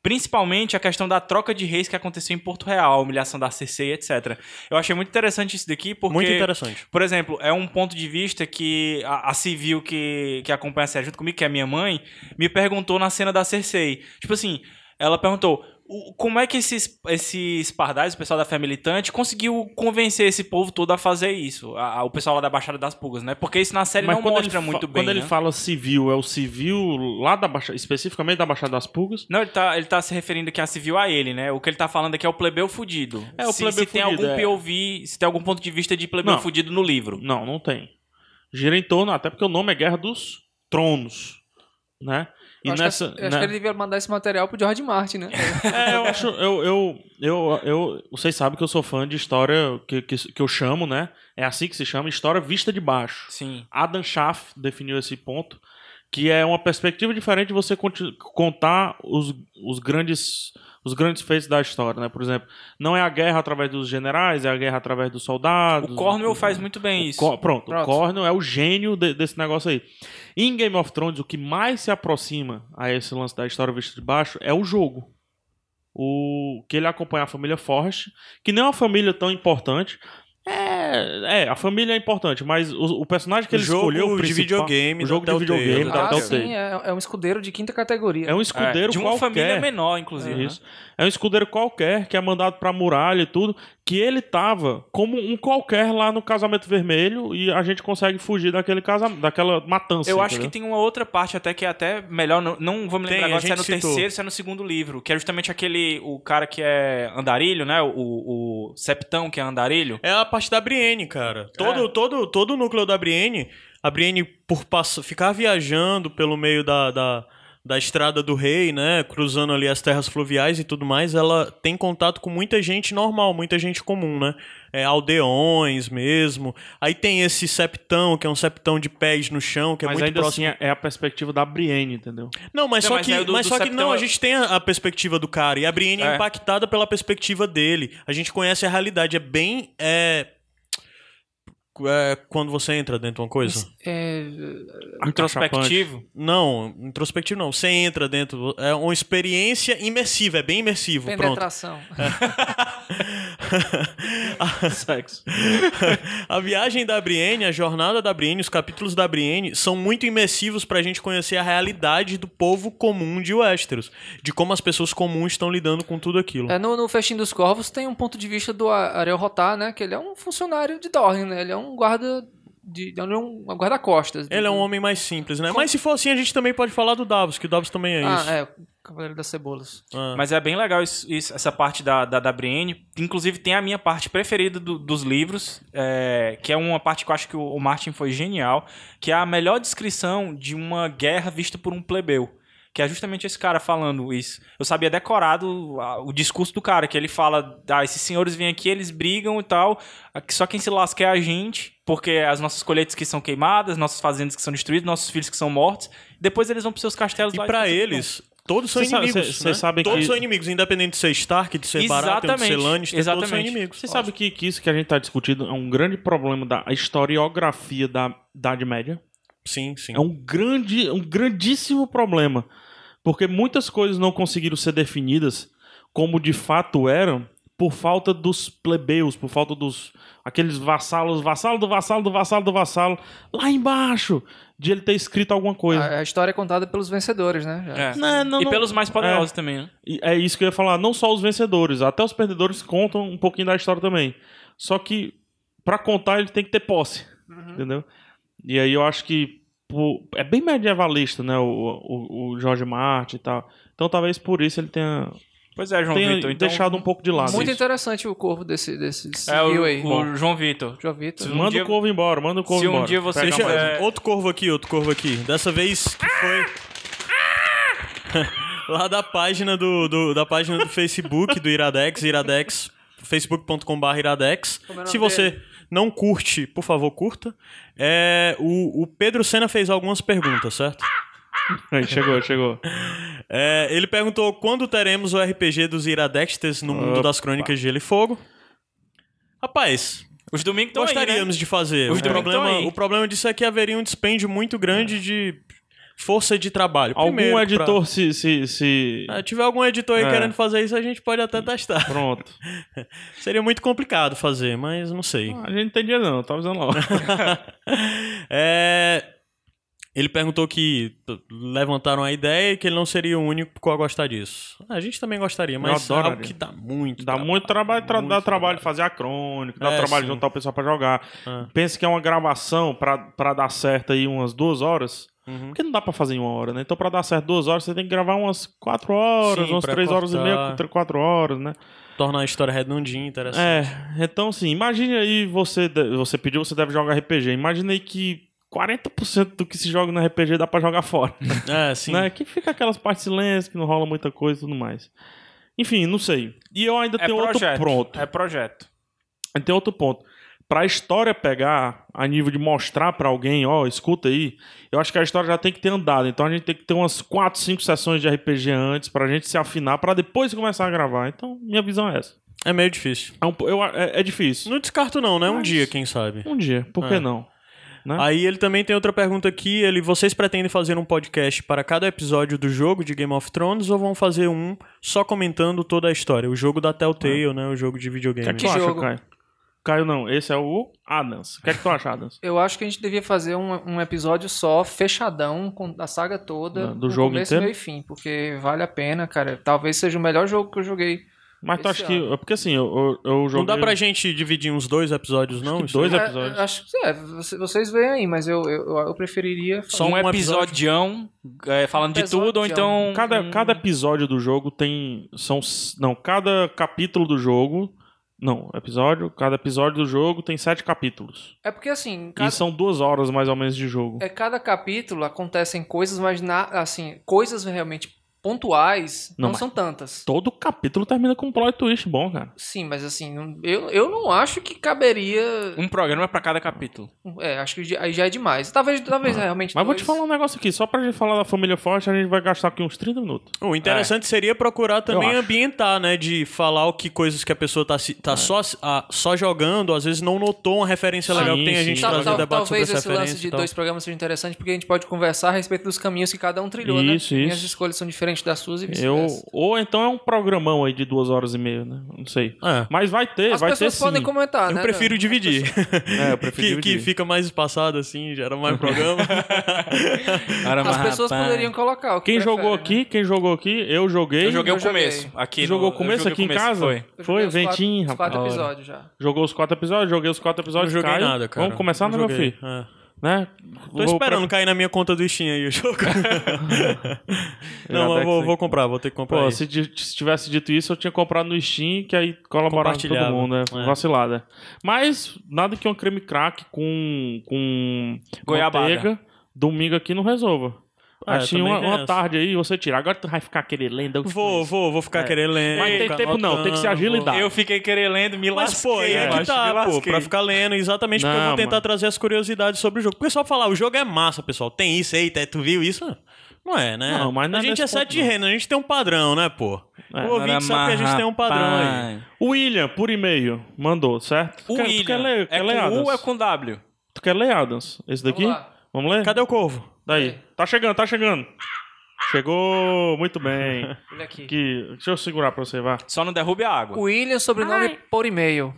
Principalmente a questão da troca de reis que aconteceu em Porto Real, a humilhação da Cersei, etc. Eu achei muito interessante isso daqui porque
Muito interessante.
por exemplo, é um ponto de vista que a, a civil que, que acompanha a série junto comigo, que é minha mãe, me perguntou na cena da Cersei. Tipo assim, ela perguntou. "O- Como é que esses, esses pardais, o pessoal da fé militante, conseguiu convencer esse povo todo a fazer isso? A- a- o pessoal lá da Baixada das Pulgas, né? Porque isso na série não mostra
fa-
muito bem.
quando ele
né?
fala civil, é o civil lá da Baixada, especificamente da Baixada das Pulgas?
Não, ele tá, ele tá se referindo aqui a civil a ele, né? O que ele tá falando aqui é o plebeu fudido.
É, o
se,
plebeu
se tem
fudido,
algum
é.
POV, se tem algum ponto de vista de plebeu
Não.
fudido no livro.
Não, não tem. gira em torno, até porque o nome é Guerra dos Tronos, né? E
Eu acho
nessa.
que, eu acho que
né?
ele devia mandar esse material pro George Martin, né?
É, eu acho. Eu, eu, eu, eu- vocês sabem que eu sou fã de história que, que, que eu chamo, né? É assim que se chama, história vista de baixo.
Sim.
Adam Schaff definiu esse ponto, que é uma perspectiva diferente de você conti- contar os, os grandes os grandes feitos da história, né? Por exemplo, não é a guerra através dos generais, é a guerra através dos soldados.
O Cornwell
do-
faz muito bem
o
isso.
Cor- pronto,
Pronto.
o Cornel é o gênio de- desse negócio aí. Em Game of Thrones, o que mais se aproxima a esse lance da história vista de baixo é o jogo. O que ele acompanha a família Forrest, que não é uma família tão importante. É, é a família é importante, mas o, o personagem que
O
ele
jogo
escolheu, o
de
principal-
videogame,
o jogo
da
de
Telltale.
videogame da
Ah,
Telltale.
sim, é, é um escudeiro de quinta categoria.
É um
É,
escudeiro
de uma
qualquer.
família menor, inclusive. né?
Isso. É um escudeiro qualquer que é mandado pra muralha e tudo, que ele tava como um qualquer lá no casamento vermelho e a gente consegue fugir daquele casa, daquela matança.
Eu acho que tem uma outra parte até que é até melhor, não, não vou me lembrar
Tem, a
agora se é no
gente citou.
terceiro, se é no segundo livro, que é justamente aquele, o cara que é andarilho, né, o, o, o septão que é andarilho.
É a parte da Brienne, cara. Todo, todo, todo o núcleo da Brienne, a Brienne por passo, ficar viajando pelo meio da, da, da estrada do rei, né? Cruzando ali as terras fluviais e tudo mais, ela tem contato com muita gente normal, muita gente comum, né? É, aldeões mesmo. Aí tem esse septão, que é um septão de pés no chão, que é
mas
muito
ainda
próximo.
assim é é a perspectiva da Brienne, entendeu?
Não, mas
Não,
só
mas
que,
aí o do-
mas
do
só que
septão
não,
é-
a gente tem a, a perspectiva do cara. E a Brienne é.
É.
impactada pela perspectiva dele. A gente conhece a realidade. É bem. É, é, quando você entra dentro de uma coisa.
É,
Introspectivo.
Não, introspectivo não. Você entra dentro. É uma experiência imersiva. É bem imersivo. Pronto. <laughs>
penetração.
Acapante. Sexo.
a viagem da Brienne, a jornada da Brienne, os capítulos da Brienne são muito imersivos pra gente conhecer a realidade do povo comum de Westeros. De como as pessoas comuns estão lidando com tudo aquilo.
É, no, no Festim dos Corvos tem um ponto de vista do A- Ariel Rotar, né? Que ele é um funcionário de Dorne, né? Ele é um guarda de. Ele é um guarda-costas.
Ele é um homem mais simples, né? Mas se for assim, a gente também pode falar do Davos, que o Davos também é
Ah,
isso.
é, Cavaleiro das Cebolas.
Ah.
Mas é bem legal isso- isso- essa parte da, da, da Brienne. Inclusive, tem a minha parte preferida do- dos livros, é, que é uma parte que eu acho que o, o Martin foi genial, que é a melhor descrição de uma guerra vista por um plebeu. Que é justamente esse cara falando isso. Eu sabia decorado ah, o discurso do cara, que ele fala: ah, esses senhores vêm aqui, eles brigam e tal, ah, que só quem se lasca é a gente, porque as nossas colheitas que são queimadas, nossas fazendas que são destruídas, nossos filhos que são mortos, depois eles vão pros seus castelos lá
E
e
pra
tá tudo bom."
eles, todos são
Cê sabe-
inimigos.
cê- cê
né?
sabe
todos
que-
são inimigos, independente de ser Stark, de ser Baratheon, de ser
Exatamente,
Lannister, todos são
exatamente.
inimigos.
Você sabe que, que isso que a gente tá discutindo é um grande problema da historiografia da Idade Média.
Sim, sim.
É um grande, um grandíssimo problema. Porque muitas coisas não conseguiram ser definidas como de fato eram por falta dos plebeus, por falta dos aqueles vassalos, vassalo do vassalo do vassalo do vassalo, lá embaixo, de ele ter escrito alguma coisa.
A, a história é contada pelos vencedores, né? Já.
É.
Não, não,
e
não-
pelos mais poderosos também, né?
E É isso que eu ia falar, não só os vencedores, até os perdedores contam um pouquinho da história também. Só que pra contar ele tem que ter posse, entendeu? E aí eu acho que pô, é bem medievalista, né, o, o, o Jorge Martin e tal. Então talvez por isso ele tenha,
Pois é, João
tenha
Vitor. Então,
deixado um pouco de lado.
Muito
isso.
interessante o corvo desse, desse desse
é
viu
o,
aí.
o João Vitor.
João Vitor.
um
Manda
dia-
o corvo embora, manda o corvo
Se um
embora.
dia você
Pega
Não,
Deixa-
mais. um.
mas-
é, Outro corvo aqui, outro corvo aqui. Dessa vez que foi. <laughs> Lá da página do, do- da página do Facebook do Iradex, Iradex, facebook.com.br Iradex.
Como é o
Se
nome
você não curte, por favor, curta. É, o, o Pedro Senna fez algumas perguntas, certo?
Aí, chegou,
<laughs>
chegou.
É, ele perguntou quando teremos o RPG dos Iradexters no mundo das Crônicas de Gelo e Fogo. Rapaz,
Os domingos
Então é
estão aí, né?
gostaríamos de fazer.
Os
O
dois estão
problema,
aí.
o problema disso é que haveria um dispêndio muito grande de força de trabalho. Primeiro,
É. Algum
pra-
editor se, se, se...
Ah, tiver algum editor aí
É.
querendo fazer isso, a gente pode até testar. <laughs>
Pronto.
Seria muito complicado fazer, mas não sei.
Ah, A gente não tem dinheiro não, tá avisando logo. Ah.
<laughs> É, Ele perguntou que t- levantaram a ideia e que ele não seria o único a gostar disso. A gente também gostaria, mas é
adoro,
algo
Ari.
que Tipo, dá muito.
Dá muito trabalho, tra-
muito
dá trabalho fazer a crônica, dá
É,
trabalho
sim.
juntar o pessoal pra jogar.
Ah.
Pensa que é uma gravação pra, pra dar certo aí umas duas horas.
Uhum.
Porque não dá pra fazer em uma hora, né? Então pra dar certo duas horas, você tem que gravar umas quatro horas,
Sim,
umas
pra
três horas e
cortar.
meia, quatro- quatro horas, né?
Tornar a história redondinha, interessante.
É, então assim, imagine aí você, de- você pediu, você deve jogar RPG. Imagine aí que 40% do que se joga no RPG dá pra jogar fora.
É, sim.
Né? Que fica aquelas partes silências, que não rola muita coisa e tudo mais. Enfim, não sei. E eu ainda
É
tenho
projeto.
outro ponto.
É projeto.
Aí Tem outro ponto. Pra história pegar, a nível de mostrar pra alguém, ó, escuta aí, eu acho que a história já tem que ter andado. Então a gente tem que ter umas 4, 5 sessões de RPG antes pra gente se afinar pra depois começar a gravar. Então, minha visão é essa.
É meio difícil.
É, um po- eu- é- é difícil.
Não descarto não, né? Um
Mas-
dia, quem sabe.
Um dia, por que
É.
não? Né?
Aí ele também tem outra pergunta aqui, ele vocês pretendem fazer um podcast para cada episódio do jogo de Game of Thrones ou vão fazer um só comentando toda a história? O jogo da Telltale, né? O jogo de
O
videogame.
que é que
Que
tu acha,
jogo?
Caio? Caio não, esse é o Adams. O que é que tu acha, Adams?
Eu acho que a gente devia fazer um, um episódio só, fechadão, com a saga toda.
Do
com
jogo
começo,
inteiro?
meio e fim, porque vale a pena, cara. Talvez seja o melhor jogo que eu joguei.
Mas tu
Esse
acha que. Porque assim, eu, eu, eu joguei.
Não dá pra gente dividir uns dois episódios, não?
é- que dois
aí?
Os episódios.
É, acho que é, voce- vocês veem aí, mas eu, eu, eu preferiria.
Só
um,
um
episodião é, falando de
Episodião.
tudo, ou então.
Cada,
Uhum.
um-
cada episódio do jogo tem. São. s- Não, cada capítulo do jogo. Não, episódio. Cada episódio do jogo tem sete capítulos.
É porque assim, cada,
E são duas horas mais ou menos de jogo.
é, cada capítulo acontecem coisas, mas na, assim, coisas realmente pontuais
Não,
não,
mas-
são tantas.
Todo capítulo termina com um plot twist bom, cara.
Sim, mas assim, não- eu, eu não acho que caberia.
Um programa pra cada capítulo.
É, acho que aí já é demais. Talvez, talvez realmente.
Mas vou te
dois.
falar um negócio aqui. Só pra gente falar da família forte, a gente vai gastar aqui uns 30 minutos.
O interessante seria procurar também
É. acho. É.
ambientar, né? De falar o que coisas que a pessoa tá, se- tá só, a- só jogando, às vezes não notou uma referência legal
Sim,
que tem a
sim. Tá,
gente
Tal-
trazer
tal-
debate sobre
Então, talvez
essa
esse
referência. e
lance de
tal.
dois programas seja interessante, porque a gente pode conversar a respeito dos caminhos que cada um trilhou,
Isso,
né?
isso.
Minhas escolhas são diferentes das suas e
Eu,
vice-versa.
ou então é um programão aí de duas horas e meia, né? Não sei.
É.
Mas vai ter,
As
vai ter
pessoas
sim.
podem comentar,
Eu
né?
prefiro
Dan?
dividir.
É, <laughs> eu prefiro
<laughs> que,
dividir.
que fica mais espaçado assim,
<laughs>
gera mais programa.
As pessoas poderiam colocar. o que
Quem
prefere,
jogou
né?
aqui, quem jogou aqui, eu joguei.
Eu joguei
Eu
o
joguei.
começo. Aqui
Tu jogou
no-
o
eu
começo
joguei
aqui
o
em casa?
Foi.
Eu
Foi,
joguei os quatro-
ventinho,
os
rapaz.
Quatro
Da hora.
episódios já.
Jogou os quatro episódios, joguei os quatro
não
episódios.
joguei
Caio.
nada, cara.
Vamos começar,
Não
né, meu
joguei.
filho?
É.
Né?
Tô esperando cair na minha conta do Steam aí
<laughs>
o jogo. não, mas
Iradex
vou,
aí.
vou comprar, vou ter que comprar.
Pô,
aí.
se, di- se tivesse dito isso, eu tinha comprado no Steam, que aí colaborava com todo
Compartilhava,
mundo, né?
é.
Vacilada. Mas, nada que um creme crack com, com
Goiabada.
manteiga, domingo aqui não resolva.
Ah,
Aí tinha
também
uma,
tem
uma
essa.
tarde aí, você tira. Agora tu vai ficar querendo lenda.
Vou, vou, vou ficar
É.
querendo ler.
Mas tem
ficar
tempo não, tem que se
anotando,
agilidade.
vou-
Eu fiquei querendo lendo, me
Mas,
lasquei.
pô, aí é
eu
que
acho, me
tá, pô,
lasquei.
pra ficar lendo, exatamente porque eu
Não,
vou tentar
mano.
trazer as curiosidades sobre o jogo. Porque só falar, o jogo é massa, pessoal, tem isso, eita, tu viu isso? Não é, né?
Não, mas não
a
é
gente
nesse
é sete
ponto,
de
não.
renda, a gente tem um padrão, né, pô?
É.
o ouvinte sabe que a gente tem um padrão aí.
O William, por e-mail, mandou, certo? Tu
O
quer- Tu quer
William.
ler,
é
quer ler
com
Adams?
U ou é com W?
Tu quer ler Adams? Esse daqui?
Vamos lá.
Vamos ler?
Cadê o corvo?
Daí. Tá chegando, tá chegando. Chegou, muito <laughs> bem.
Olha aqui.
Aqui, deixa eu segurar pra você, vá.
Só não derrube a água.
William, sobrenome
<laughs>
por e-mail.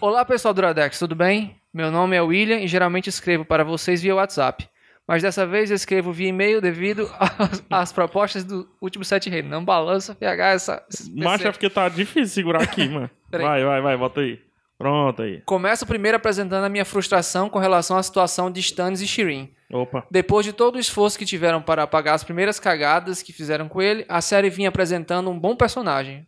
Olá, pessoal do Iradex, tudo bem? Meu nome é William e geralmente escrevo para vocês via WhatsApp. Mas dessa vez eu escrevo via e-mail devido <laughs> às, às propostas do último sete reis. Não balança, PH, essa. esses PC.
Mas é porque tá difícil segurar aqui, <laughs> mano.
Peraí.
Vai, vai, vai, bota aí. Pronto aí.
Começo primeiro apresentando a minha frustração com relação à situação de Stannis e Shirin.
Opa.
Depois de todo o esforço que tiveram para apagar as primeiras cagadas que fizeram com ele, a série vinha apresentando um bom personagem.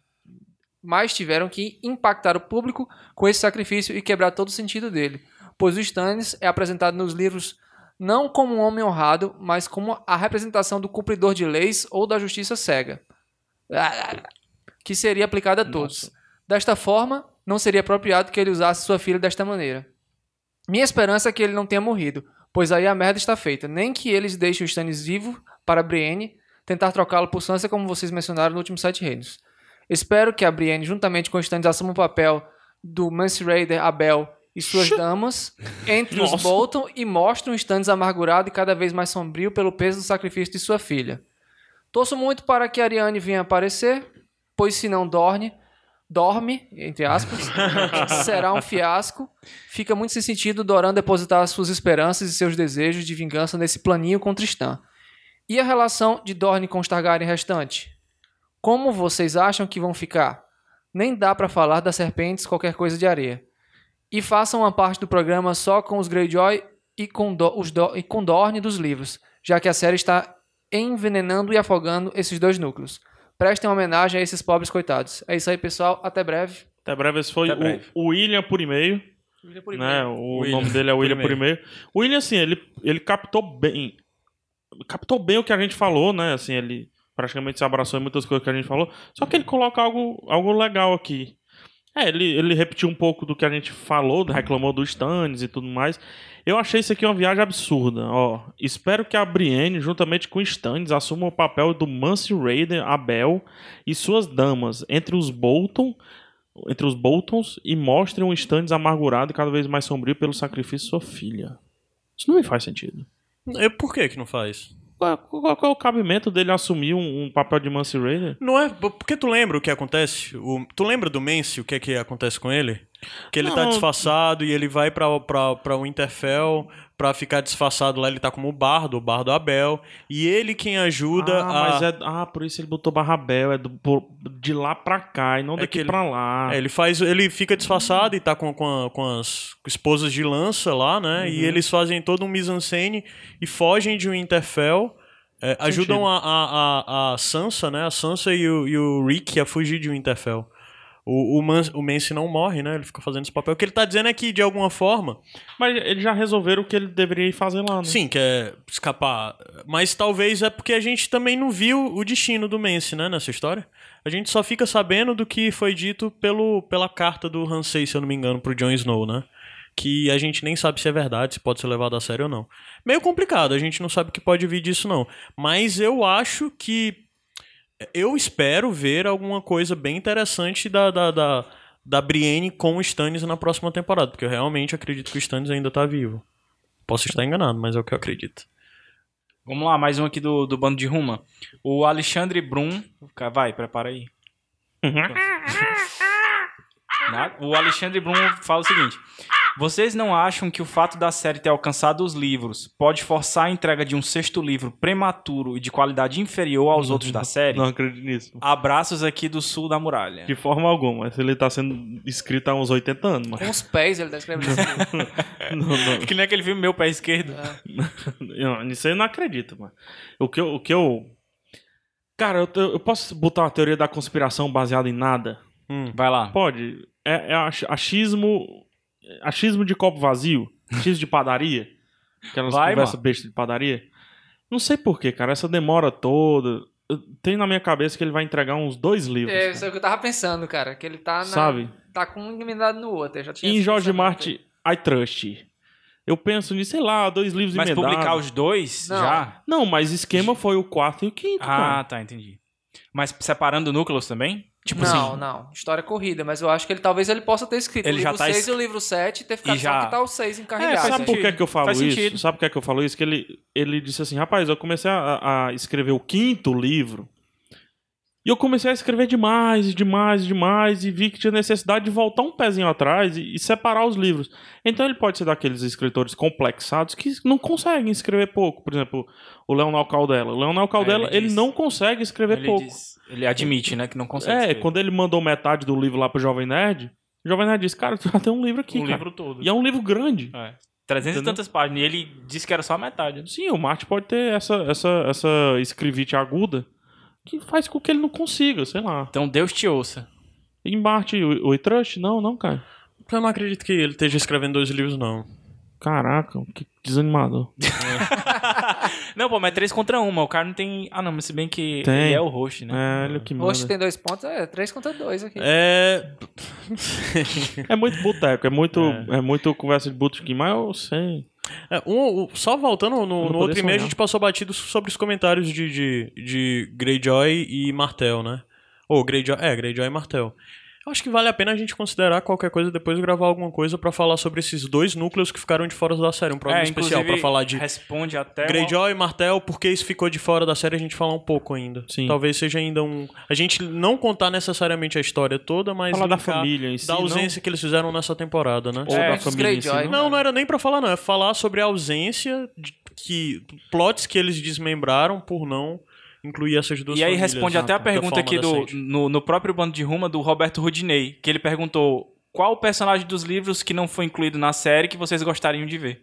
Mas tiveram que impactar o público com esse sacrifício e quebrar todo o sentido dele, pois o Stannis é apresentado nos livros não como um homem honrado, mas como a representação do cumpridor de leis ou da justiça cega, que seria aplicada a todos. Desta forma, não seria apropriado que ele usasse sua filha desta maneira. Minha esperança é que ele não tenha morrido, pois aí a merda está feita. Nem que eles deixem o Stannis vivo para Brienne tentar trocá-lo por Sansa, como vocês mencionaram no último Sete Reinos. Espero que a Brienne, juntamente com o Stannis, assuma o papel do Mance Raider, Abel e suas damas entre os
Nossa.
Bolton e mostrem um Stannis amargurado e cada vez mais sombrio pelo peso do sacrifício de sua filha. Torço muito para que a Ariane venha aparecer, pois se não dorme, dorme, entre aspas, será um fiasco. Fica muito sem sentido Doran depositar suas esperanças e seus desejos de vingança nesse planinho com Tristan. E a relação de Dorne com os Targaryen restante? Como vocês acham que vão ficar? Nem dá pra falar das serpentes qualquer coisa de areia. E façam uma parte do programa só com os Greyjoy e com, Do- os Do- e com Dorne dos livros, já que a série está envenenando e afogando esses dois núcleos. Prestem homenagem a esses pobres coitados. É isso aí, pessoal. Até breve.
Até breve, esse foi
Até breve.
o o William por e-mail.
William por
né?
e-mail.
O
William,
nome dele é William por
por
e-mail. O William, assim, ele, ele captou bem. Captou bem o que a gente falou, né? Assim, ele praticamente se abraçou em muitas coisas que a gente falou. Só que ele coloca algo, algo legal aqui. É, ele, ele repetiu um pouco do que a gente falou, reclamou dos stands e tudo mais. Eu achei isso aqui uma viagem absurda. Ó, espero que a Brienne, juntamente com Stannis, assuma o papel do Mance Raider, Abel e suas damas entre os Bolton entre os Boltons e mostre um Stannis amargurado e cada vez mais sombrio pelo sacrifício de sua filha. Isso não me faz sentido.
E por que que não faz?
Qual, qual- qual é o cabimento dele assumir um, um papel de Mance Raider?
Não é? Porque tu lembra o que acontece? O- tu lembra do Mance, o que é que acontece com ele? Que ele tá
Não.
disfarçado e ele vai pra, pra, pra Winterfell pra ficar disfarçado lá. Ele tá como o bardo, o bardo Abel. E ele quem ajuda
ah,
a...
mas é, ah, por isso ele botou Barrabel, é do, por- de lá pra cá e não
É
daqui
que ele-
pra lá.
É, ele faz, ele fica disfarçado e tá com, com, a- com as esposas de lança lá, né? E eles fazem todo um mise-en-scène e fogem de Winterfell. é, ajudam a, a, a, a Sansa, né? A Sansa e o, e o Rick a fugir de Winterfell. O, o, Man, o Mance não morre, né? Ele fica fazendo esse papel. O que ele tá dizendo é que, de alguma forma,
Mas eles já resolveram o que ele deveria ir fazer lá, né?
Sim, quer escapar. Mas talvez é porque a gente também não viu o destino do Mance, né, nessa história. A gente só fica sabendo do que foi dito pelo, pela carta do Ramsay, se eu não me engano, pro Jon Snow, né? Que a gente nem sabe se é verdade, se pode ser levado a sério ou não. Meio complicado, a gente não sabe o que pode vir disso, não. Mas eu acho que. Eu espero ver alguma coisa bem interessante da. da, da da Brienne com o Stannis na próxima temporada, porque eu realmente acredito que o Stannis ainda tá vivo. Posso estar enganado, mas é o que eu acredito.
Vamos lá, mais um aqui do, do bando de Ruma. O Alexandre Brum. Ca- Vai, prepara aí. Uhum. Nada. O Alexandre Brum fala o seguinte: Vocês não acham que o fato da série ter alcançado os livros pode forçar a entrega de um sexto livro prematuro e de qualidade inferior aos outros da série?
Não acredito nisso.
Abraços aqui do sul da muralha.
De forma alguma. Esse Ele tá sendo escrito há uns 80 anos, mas.
Com os pés ele tá descreve isso.
É.
<laughs> Não, não.
Que nem aquele filme Meu Pé Esquerdo.
Eu- Nisso eu não acredito, mano. O que eu. O que eu... Cara, eu, eu- eu posso botar uma teoria da conspiração baseada em nada?
Vai lá.
Pode. É, é ach- achismo. Achismo de copo vazio. Achismo de padaria.
<laughs>
Aquelas
Vai,
conversas besta de padaria. Não sei porquê, cara. Essa demora toda. Eu- Tem na minha cabeça que ele vai entregar uns dois livros.
É,
cara.
isso é o que eu tava pensando, cara. Que ele tá na.
Sabe?
Tá com um emendado no outro. eu Já tinha
em
esse
Jorge
pensamento
Martin, I Trust. Eu penso nisso, sei lá, dois livros
Mas
emendados.
publicar os dois
Não.
já?
Não, mas esquema foi o quarto e o quinto, cara.
Ah, tá, entendi. Mas separando núcleos também? Tipo
não,
assim.
não. História corrida, mas eu acho que ele talvez ele possa ter escrito
Ele
o
já
livro
tá
6
es-
e o livro 7 e ter ficado
E já-
só que tá o 6
É,
encarregado.
faz
sabe
né?
por
sentido.
que, que eu falo
Faz
isso?
sentido.
Sabe por que, que eu falo isso? Que ele, ele disse assim, rapaz, eu comecei a, a escrever o quinto livro e eu comecei a escrever demais, e demais, e demais e vi que tinha necessidade de voltar um pezinho atrás e, e separar os livros. Então ele pode ser daqueles escritores complexados que não conseguem escrever pouco. Por exemplo, o Leonel Caldela. O Leonel Caldela,
É, ele
ele,
diz-
não consegue escrever
Ele,
pouco.
diz- ele admite, né, que não consegue.
É,
escrever.
quando ele mandou metade do livro lá pro Jovem Nerd, o Jovem Nerd disse, cara, <laughs> tu já tem um livro aqui,
um
cara.
livro todo.
E é um livro grande.
É. 300 e
Entendeu?
tantas páginas. E ele disse que era só a metade. né?
Sim, o Marte pode ter essa, essa, essa escrivite aguda que faz com que ele não consiga, sei lá.
Então Deus te ouça.
Em Marte, o, o E-Trust? Não, não, cara.
Eu não acredito que ele esteja escrevendo dois livros, não.
Caraca, que desanimador.
Não, pô, mas é 3 contra 1. O cara não tem. Ah, não, mas se bem que
Tem.
ele é o host, né?
É, olha que
Oxe,
merda.
tem dois pontos, é 3 contra 2 aqui.
É.
É muito boteco, é muito, é. muito conversa de botequim, mas eu sei.
é, um- o- só voltando no, no
poder
outro e-mail, a
sonhar.
gente passou batido sobre os comentários de, de, de Greyjoy e Martel, né? Ou Greyjoy. É, Greyjoy e Martel. Eu acho que vale a pena a gente considerar qualquer coisa depois gravar alguma coisa pra falar sobre esses dois núcleos que ficaram de fora da série. Um programa
É,
especial pra
inclusive,
falar de
Responde até.
Greyjoy, Martel, porque isso ficou de fora da série, a gente falar um pouco ainda.
Sim.
Talvez seja ainda um. A gente não contar necessariamente a história toda, mas.
Falar da
linkar
família em si,
Da
não?
ausência que eles fizeram nessa temporada, né?
Ou
É,
da
dos
família em si,
Greyjoy.
não? né?
Não, não era nem pra falar, não. É falar sobre a ausência de que. plots que eles desmembraram por não incluir essas duas
E aí
famílias
né,
responde
na-
até a
da
pergunta
forma
aqui do,
decente.
no, no próprio bando de ruma do Roberto Rudinei, que ele perguntou qual o personagem dos livros que não foi incluído na série que vocês gostariam de ver.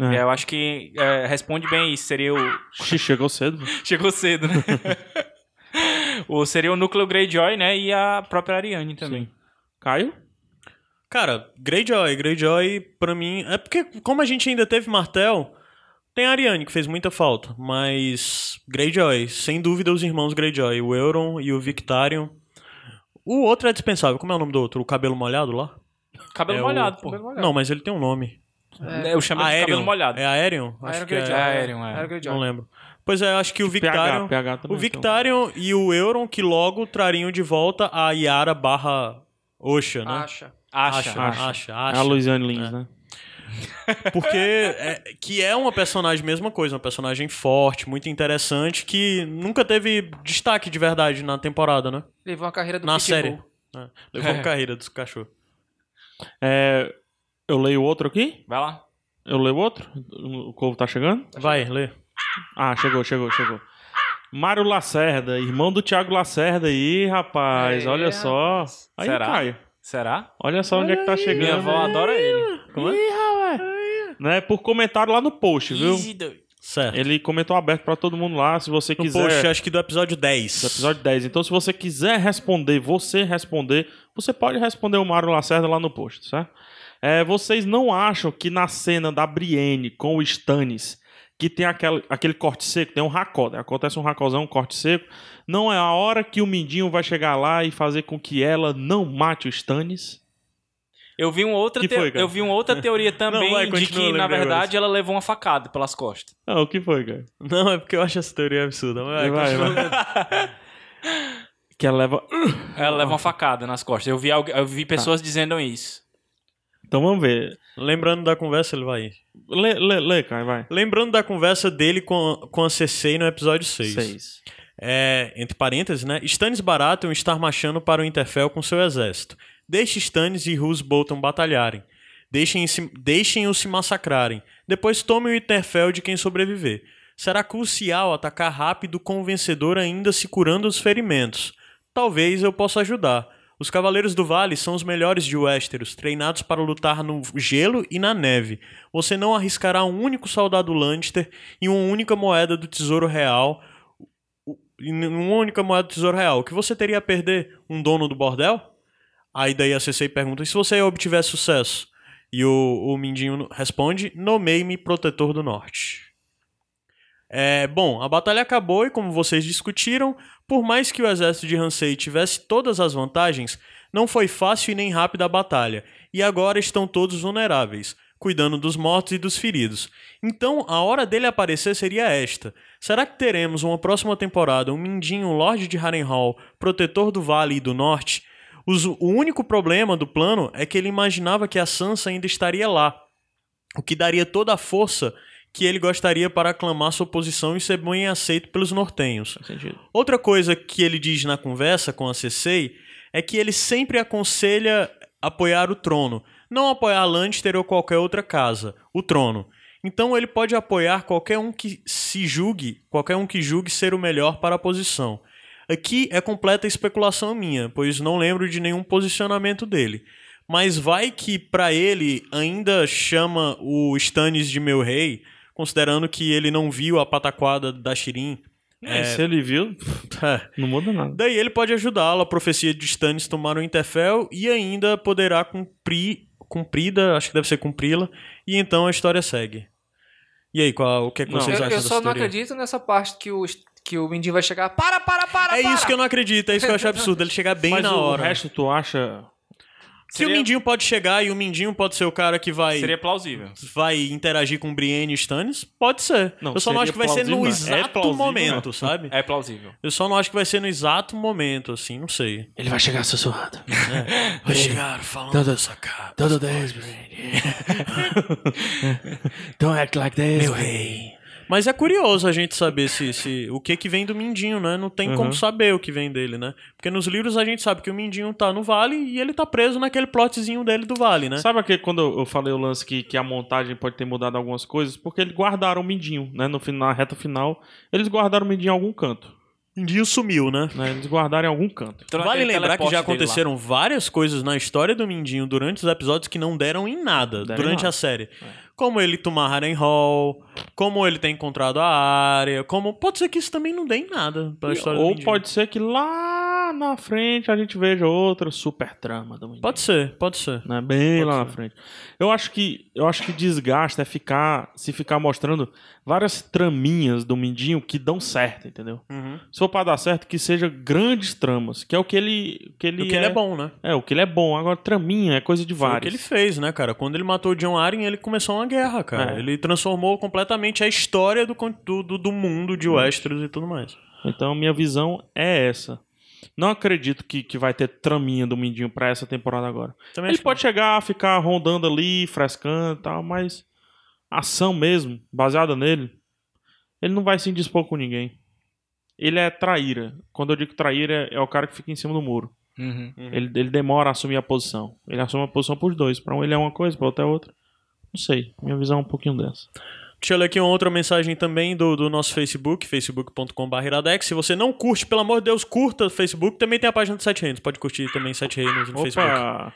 É.
E aí eu acho que é, responde bem isso. Seria o.
Xixi, chegou cedo.
Chegou cedo, <laughs> né? o, seria o núcleo Greyjoy, né? E a própria Ariane também.
Caio?
Cara, Greyjoy, Greyjoy pra mim... É porque como a gente ainda teve Martel, tem a Ariane que fez muita falta, mas Greyjoy, sem dúvida os irmãos Greyjoy, o Euron e o Victarion. O outro é dispensável, como é o nome do outro? O cabelo molhado lá?
Cabelo
É o-
molhado, pô.
Cabelo molhado.
Não, mas ele tem um nome.
É,
Eu chamo ele de
Aerion.
cabelo molhado.
É Aerion? Acho
Aero
que é-
Greyjoy.
Aerion, é.
Aero Greyjoy.
Não lembro. Pois é, acho que o Victarion...
PH, PH também. então.
O Victarion e o Euron que logo trariam de volta a Yara barra Osha, né?
Acha.
Acha,
Acha,
acha.
acha.
então. É a Luiziane Lins, né?
Porque é- que é uma personagem, mesma coisa, uma personagem forte, muito interessante, que nunca teve destaque de verdade na temporada, né?
Levou uma carreira do
na
Pitbull.
série. É, levou uma carreira dos cachorros.
É, eu leio outro aqui?
Vai lá.
Eu leio outro? O povo tá chegando?
Vai, lê.
Ah, chegou, chegou, chegou. Mário Lacerda, irmão do Thiago Lacerda aí, rapaz.
Aê,
olha só.
rapaz.
Aí,
Será?
Caio.
Será?
Olha só onde é que tá chegando.
Minha avó adora ele.
Como é? Né, por comentário lá no post, viu?
Certo.
Ele comentou aberto pra todo mundo lá, se você
No
quiser.
post, acho que do episódio 10.
Do episódio 10. Então, se você quiser responder, você responder, você pode responder o Mário Lacerda lá no post, certo? É, vocês não acham que na cena da Brienne com o Stannis, que tem aquele, aquele corte seco, tem um racó, né? acontece um racozão, um corte seco, não é a hora que o Mindinho vai chegar lá e fazer com que ela não mate o Stannis?
Eu vi uma outra,
Que
te-
foi, cara?
eu vi uma outra teoria também
vai,
de
continua,
que, na
lembrei
verdade, ela levou uma facada pelas costas.
Ah, o que foi, cara?
Não, é porque eu acho essa teoria absurda. Mas
É, Vai, vai. <laughs> que ela leva...
Ela leva uma facada nas costas. Eu vi, algu- eu vi pessoas dizendo isso.
Então vamos ver.
Lembrando da conversa, ele vai.
Lê, lê, lê cara, vai.
Lembrando da conversa dele com, com a Cersei no episódio 6.
Seis.
É, entre parênteses, né? Stannis Baratheon está marchando para o Interfell com seu exército. Deixe Stannis e Roose Bolton batalharem. Deixem se- Deixem-os se massacrarem. Depois tomem o Interfell de quem sobreviver. Será crucial atacar rápido com o vencedor ainda se curando os ferimentos. Talvez eu possa ajudar. Os Cavaleiros do Vale são os melhores de Westeros, treinados para lutar no gelo e na neve. Você não arriscará um único soldado Lannister e uma única moeda do Tesouro Real em uma única moeda do Tesouro Real. O que você teria a perder? Um dono do bordel? Aí daí a CCI pergunta, e se você obtiver sucesso? E o, o Mindinho responde, nomeie-me protetor do norte. É, bom, a batalha acabou e como vocês discutiram, por mais que o exército de Hansei tivesse todas as vantagens, não foi fácil e nem rápida a batalha, e agora estão todos vulneráveis, cuidando dos mortos e dos feridos. Então, a hora dele aparecer seria esta. Será que teremos uma próxima temporada um Mindinho Lorde de Harrenhal, protetor do Vale e do Norte? Os- o único problema do plano é que ele imaginava que a Sansa ainda estaria lá, o que daria toda a força que ele gostaria para aclamar sua posição e ser bem aceito pelos nortenhos.
Faz sentido.
Outra coisa que ele diz na conversa com a Cersei é que ele sempre aconselha apoiar o trono, não apoiar Lannister ou qualquer outra casa, o trono. Então ele pode apoiar qualquer um que se julgue, qualquer um que julgue ser o melhor para a posição. Aqui é completa especulação minha, pois não lembro de nenhum posicionamento dele. Mas vai que pra ele ainda chama o Stannis de meu rei, considerando que ele não viu a pataquada da Shirin.
É, Se ele <laughs> viu,
É.
não muda nada.
Daí ele pode ajudá-lo, a profecia de Stannis tomar o Interfell e ainda poderá cumprir, cumprida, acho que deve ser cumpri-la, e então a história segue. E aí, qual, o que, é que
Não.
vocês
Eu,
acham
eu
dessa
só não
teoria?
acredito nessa parte que o, que o Mindinho vai chegar. Para, para, para!
É isso que eu não acredito, é isso que eu acho absurdo, ele chegar bem
Mas
na
o
hora.
resto tu acha
Que o
Seria-
Mindinho pode chegar e o Mindinho pode ser o cara que vai...
Seria plausível.
Vai interagir com Brienne e Stannis? Pode ser.
Não,
eu só
seria
não acho que vai ser no
plausível, né? É
exato
plausível,
momento, sabe?
É plausível.
Eu só não acho que vai ser no exato momento, assim, não sei. É.
Ele vai chegar sussurrado.
Vai chegar falando
Todo-
dessa cara.
Todo 10, Brady. <laughs> Don't act like this. Meu rei.
Mas é curioso a gente saber se, se- o que que vem do Mindinho, né? Não tem
Uhum.
como saber o que vem dele, né? Porque nos livros a gente sabe que o Mindinho tá no vale e ele tá preso naquele plotzinho dele do vale, né?
Sabe aquele quando eu- eu falei o lance que, que a montagem pode ter mudado algumas coisas? Porque eles guardaram o Mindinho, né? No final, na reta final, eles guardaram o Mindinho em algum canto.
Mindinho sumiu, né?
Né? Eles guardaram em algum canto.
Então,
vale
aquele
lembrar que
teleporte
já
dele lá.
aconteceram várias coisas na história do Mindinho durante os episódios que não deram em nada
Deram em
durante
nada.
a série. Como ele tomar Haren Hall, como ele ter encontrado a área, como. Pode ser que isso também não dê em nada pra história do
Ou
Mindinho.
pode ser que lá lá na frente a gente veja outra super trama do menino.
Pode ser, pode ser.
né? Bem
Pode
lá
ser.
na frente. Eu acho que eu acho que desgasta é ficar se ficar mostrando várias traminhas do Mindinho que dão certo, entendeu? Se for pra dar certo, que seja grandes tramas, que é o que ele que ele,
Porque ele é bom, né?
É, o que ele é bom. Agora traminha é coisa de
Foi o que
vários.
ele fez, né, cara? Quando ele matou o John Arryn, ele começou uma guerra, cara.
É.
Ele transformou completamente a história do, con- do, do- do mundo de Westeros e tudo mais.
Então minha visão é essa. Não acredito que, que vai ter traminha do Mindinho pra essa temporada agora.
Também
Ele
acho
pode chegar, ficar rondando ali, frescando e tal, mas ação mesmo, baseada nele, ele não vai se indispor com ninguém. Ele é traíra. Quando eu digo traíra, é o cara que fica em cima do muro.
Uhum.
Ele, ele demora a assumir a posição. Ele assume a posição pros dois. Pra um ele é uma coisa, pra outro é outra. Não sei. Minha visão é um pouquinho dessa.
Deixa eu ler aqui uma outra mensagem também do, do nosso Facebook, facebook.com.br iradex. Se você não curte, pelo amor de Deus, curta o Facebook. Também tem a página do Sete Reinos. Pode curtir também Sete Reinos no Facebook.
Opa!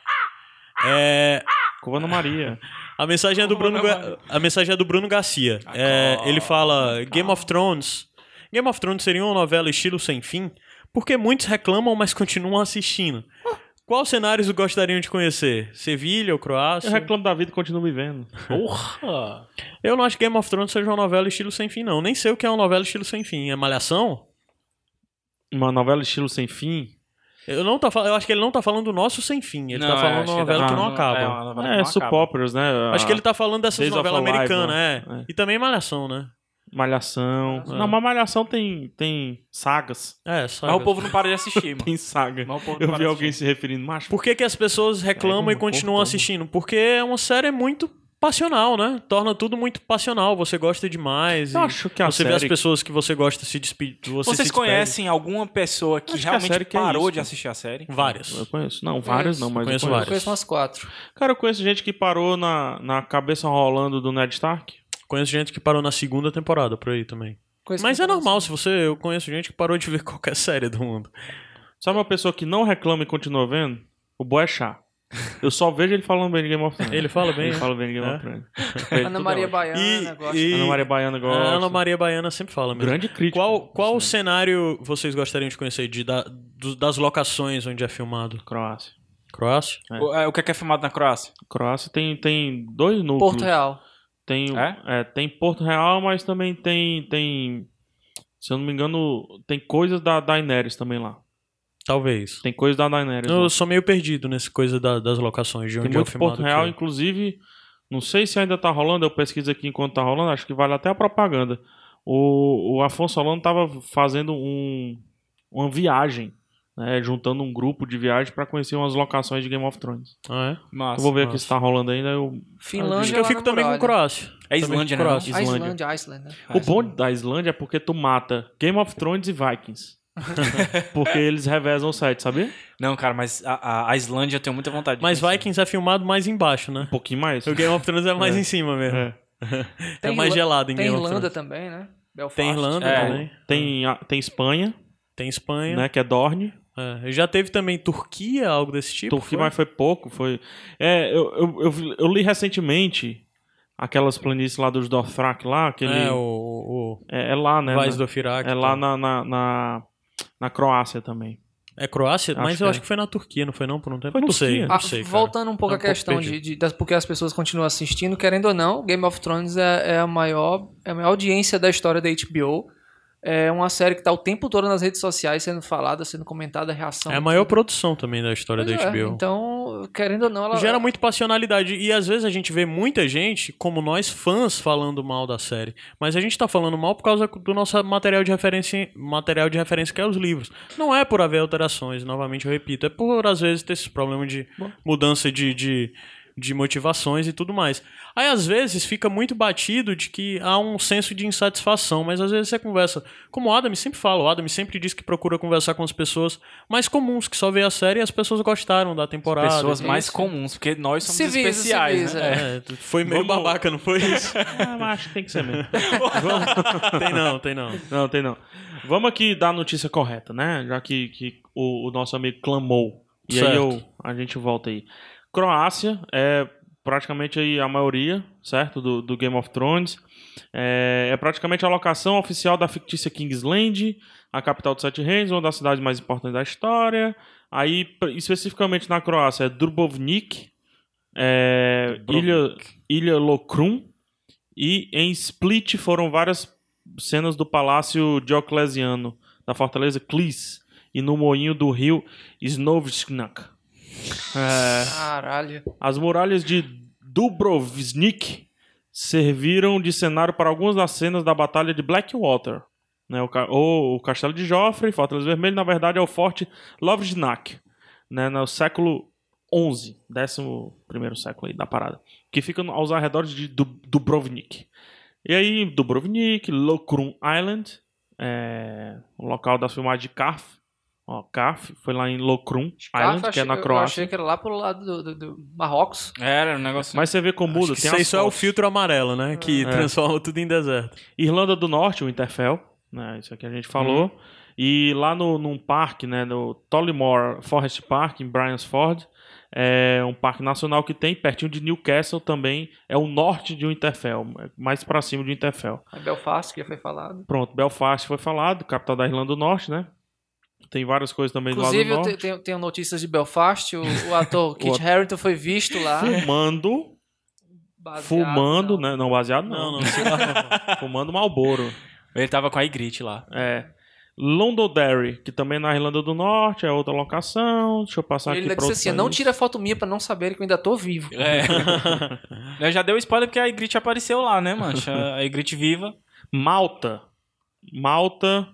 É,
Covana Maria.
A mensagem é do Bruno, Ga- a mensagem é do Bruno Garcia.
Ah,
É, ele fala: Game of Thrones. Game of Thrones seria uma novela estilo sem fim? Porque muitos reclamam, mas continuam assistindo. Qual cenário vocês gostariam de conhecer? Sevilha ou
<laughs>
Croácia?
Eu reclamo da vida e continuo vivendo.
Porra! Eu não acho que Game of Thrones seja uma novela estilo sem fim, não. Nem sei o que é uma novela estilo sem fim. É Malhação?
Uma novela estilo sem fim.
Eu, não tá, fal- eu acho que ele não tá falando do nosso sem fim. Ele
é,
tá falando de uma novela que não acaba.
É, supóperas, né?
Acho que ele tá falando dessas
Days of
novelas
Our Lives,
americanas,
né?
é.
É.
E também Malhação, né?
Malhação. Não, mas Malhação tem, tem
<laughs>
sagas.
É, só.
Mas o povo não para de assistir,
<laughs>
mano.
Tem saga.
Mas o povo não
Eu
para
vi
de
alguém se
assistir.
referindo, macho.
Por que, que as pessoas reclamam
Pega
e
um
continuam
cortão.
assistindo? Porque é uma série muito passional, né? Torna tudo muito passional. Você gosta demais.
Eu
e
acho que a
você vê as
série-
pessoas que você gosta se despedir.
Vocês conhecem alguma pessoa que
Acho que a
realmente
série que é
parou
isso,
de
cara.
assistir a série?
Eu
Várias.
conheço. Não, várias não, mas eu conheço,
Conheço várias.
Eu conheço umas quatro.
Cara, eu conheço gente que parou na, na cabeça rolando do Ned Stark.
Conheço gente que parou na segunda temporada por aí também.
Conheço
Mas é
quatro.
normal, se você. Eu conheço gente que parou de ver <laughs> qualquer série do mundo.
Sabe uma pessoa que não reclama e continua vendo? O Boechat. Eu só vejo ele falando bem de Game of Thrones.
<laughs> Ele fala bem,
Ele
é?
fala bem de Game
É.
of Thrones. <laughs> Ele
Ana
toda
Maria
hora.
Baiana, gosto.
e-
Ana Maria Baiana gosta.
A Ana Maria Baiana sempre fala mesmo.
Grande crítica. né?
né?
Qual, qual cenário vocês gostariam de conhecer de, da- do- das locações onde é filmado?
Croácia.
Croácia?
É.
O, é, o que é que é filmado na Croácia?
Croácia tem, tem dois núcleos.
Porto Real.
Tem,
É?
é, tem Porto Real, mas também tem, tem. Se eu não me engano, tem coisas da Daenerys também lá.
Talvez.
Tem coisas da Daenerys. lá.
Eu sou meio perdido nessa coisa da- das locações de
Tem
onde é o
muito
filmado.
Porto Real,
que-
inclusive. Não sei se ainda tá rolando, eu pesquiso aqui enquanto tá rolando, acho que vale até a propaganda. O, o Afonso Solano tava fazendo um, uma viagem, né, juntando um grupo de viagem para conhecer umas locações de Game of Thrones.
Ah, é?
Eu
Massa.
vou ver aqui
massa.
se tá rolando ainda. eu-
Finlândia. é
Acho que eu
lá
fico
na
também com
muralha.
Croácia.
É
Também com
Islândia, né?
Croácia.
A
Islândia.
Islândia, a Islândia.
O bom da Islândia é porque tu mata Game of Thrones e
<laughs>
Vikings. porque eles revezam o site, sabia?
Não, cara, mas a, a- a Islândia eu tenho muita vontade. de
Mas
conhecer.
Vikings é filmado mais embaixo, né?
<laughs> Um pouquinho mais.
O Game of Thrones é mais
É.
em cima mesmo.
É.
É
Tem
mais
Irla-
gelado em
Tem
Game
Irlanda
of Thrones.
também, né? Belfast.
Tem Irlanda
É.
também.
Tem, a- tem Espanha,
Tem Espanha.
né? Que é Dorne.
É. Já teve também Turquia, algo desse tipo.
Turquia, mas foi pouco. Foi... É, eu, eu, eu, eu li recentemente aquelas planícies lá dos Dothrak lá, aquele.
É,
É,
o, o
é, lá, né?
Vais
na-
do tá. Firak.
É lá na, na, na, na Croácia também.
É Croácia?
Acho
mas eu
que
acho
é.
que foi na Turquia, não foi não? Por um tempo.
Foi
não
Turquia.
sei, não
Ah,
sei, cara.
voltando um pouco
É
à questão
perdido.
de, de- das porque as pessoas continuam assistindo, querendo ou não, Game of Thrones é, é a maior é a maior audiência da história da HBO. É uma série que tá o tempo todo nas redes sociais sendo falada, sendo comentada, a reação.
É a maior produção também da história
Pois
da
é,
HBO.
Então, querendo ou não, ela
Gera muito passionalidade. E às vezes a gente vê muita gente, como nós, fãs, falando mal da série. Mas a gente tá falando mal por causa do nosso material de referência, material de referência que é os livros. Não é por haver alterações, novamente eu repito. É por, às vezes, ter esse problema de mudança de. de de motivações e tudo mais. Aí às vezes fica muito batido de que há um senso de insatisfação, mas às vezes você conversa, como o Adam sempre fala, o Adam sempre diz que procura conversar com as pessoas mais comuns que só vê a série e as pessoas gostaram da
é
temporada.
Pessoas
Isso.
mais comuns, porque nós somos
Civisa,
especiais,
civisa,
né?
é.
É, tu- foi meio
Vamos-
babaca, não foi isso?
<laughs> Ah, mas acho que tem que ser mesmo.
tem não, tem não.
<laughs> Não, tem não. Vamos aqui dar a notícia correta, né? Já que, que o, o nosso amigo clamou. E
Certo.
aí eu, a gente volta aí. Croácia é praticamente aí a maioria, certo? Do, do Game of Thrones. É, é praticamente a locação oficial da fictícia Kingsland, a capital dos Sete Reinos, uma das cidades mais importantes da história. Aí, pr- especificamente na Croácia, é Dubrovnik, é, Ilha, Ilha Lokrum, e em Split foram várias cenas do Palácio Dioclesiano, da fortaleza Clis, e no moinho do rio Snovsknak.
Caralho.
As muralhas de Dubrovnik serviram de cenário para algumas das cenas da Batalha de Blackwater. né? O ca- ou o Castelo de Joffre, Fortaleza Vermelha, na verdade é o Forte Lovjnak, né? no século XI, 11 século aí da parada, que fica no- aos arredores de Du- Dubrovnik. E aí, Dubrovnik, Lokrum Island, é, o local das filmagens de Kaf. Ó, Kaf foi lá em Lokrum Island,
Cara, eu
que é na
achei- Eu
Croácia.
achei que era lá pro lado do, do- do Marrocos.
Era um negócio.
Mas você vê como muda,
Acho que
tem É.
isso aí
as
só é o
fotos.
filtro amarelo, né? Que transforma tudo em deserto.
Irlanda do Norte, o Interfell, né? Isso aqui a gente falou.
Uhum.
E lá no, num parque, né? No Tollymore Forest Park, em Bryansford, é um parque nacional que tem, pertinho de Newcastle também, é o norte de um Interfell, mais pra cima de um Interfell.
Aí Belfast, que já foi falado.
Pronto, Belfast foi falado, capital da Irlanda do Norte, né? Tem várias coisas também do lado do
Inclusive, eu te-
norte.
tenho, tenho notícias de Belfast. O, o ator Kit
ator.
Harington foi visto lá.
Fumando,
baseado-
fumando, né? Não baseado, não.
Não, não, cigarro não.
<laughs> Fumando Malboro.
Ele tava com a Igrit lá.
É. Londonderry, que também é na Irlanda do Norte, é outra locação. Deixa eu passar
Ele
aqui
ainda
pra
disse
outro
assim: não
país.
tira foto minha pra não saberem que eu ainda tô vivo.
<laughs>
<laughs>
É. Já deu spoiler porque a Igrit apareceu lá,
<laughs>
né, mancha? A Igrit viva.
Malta. Malta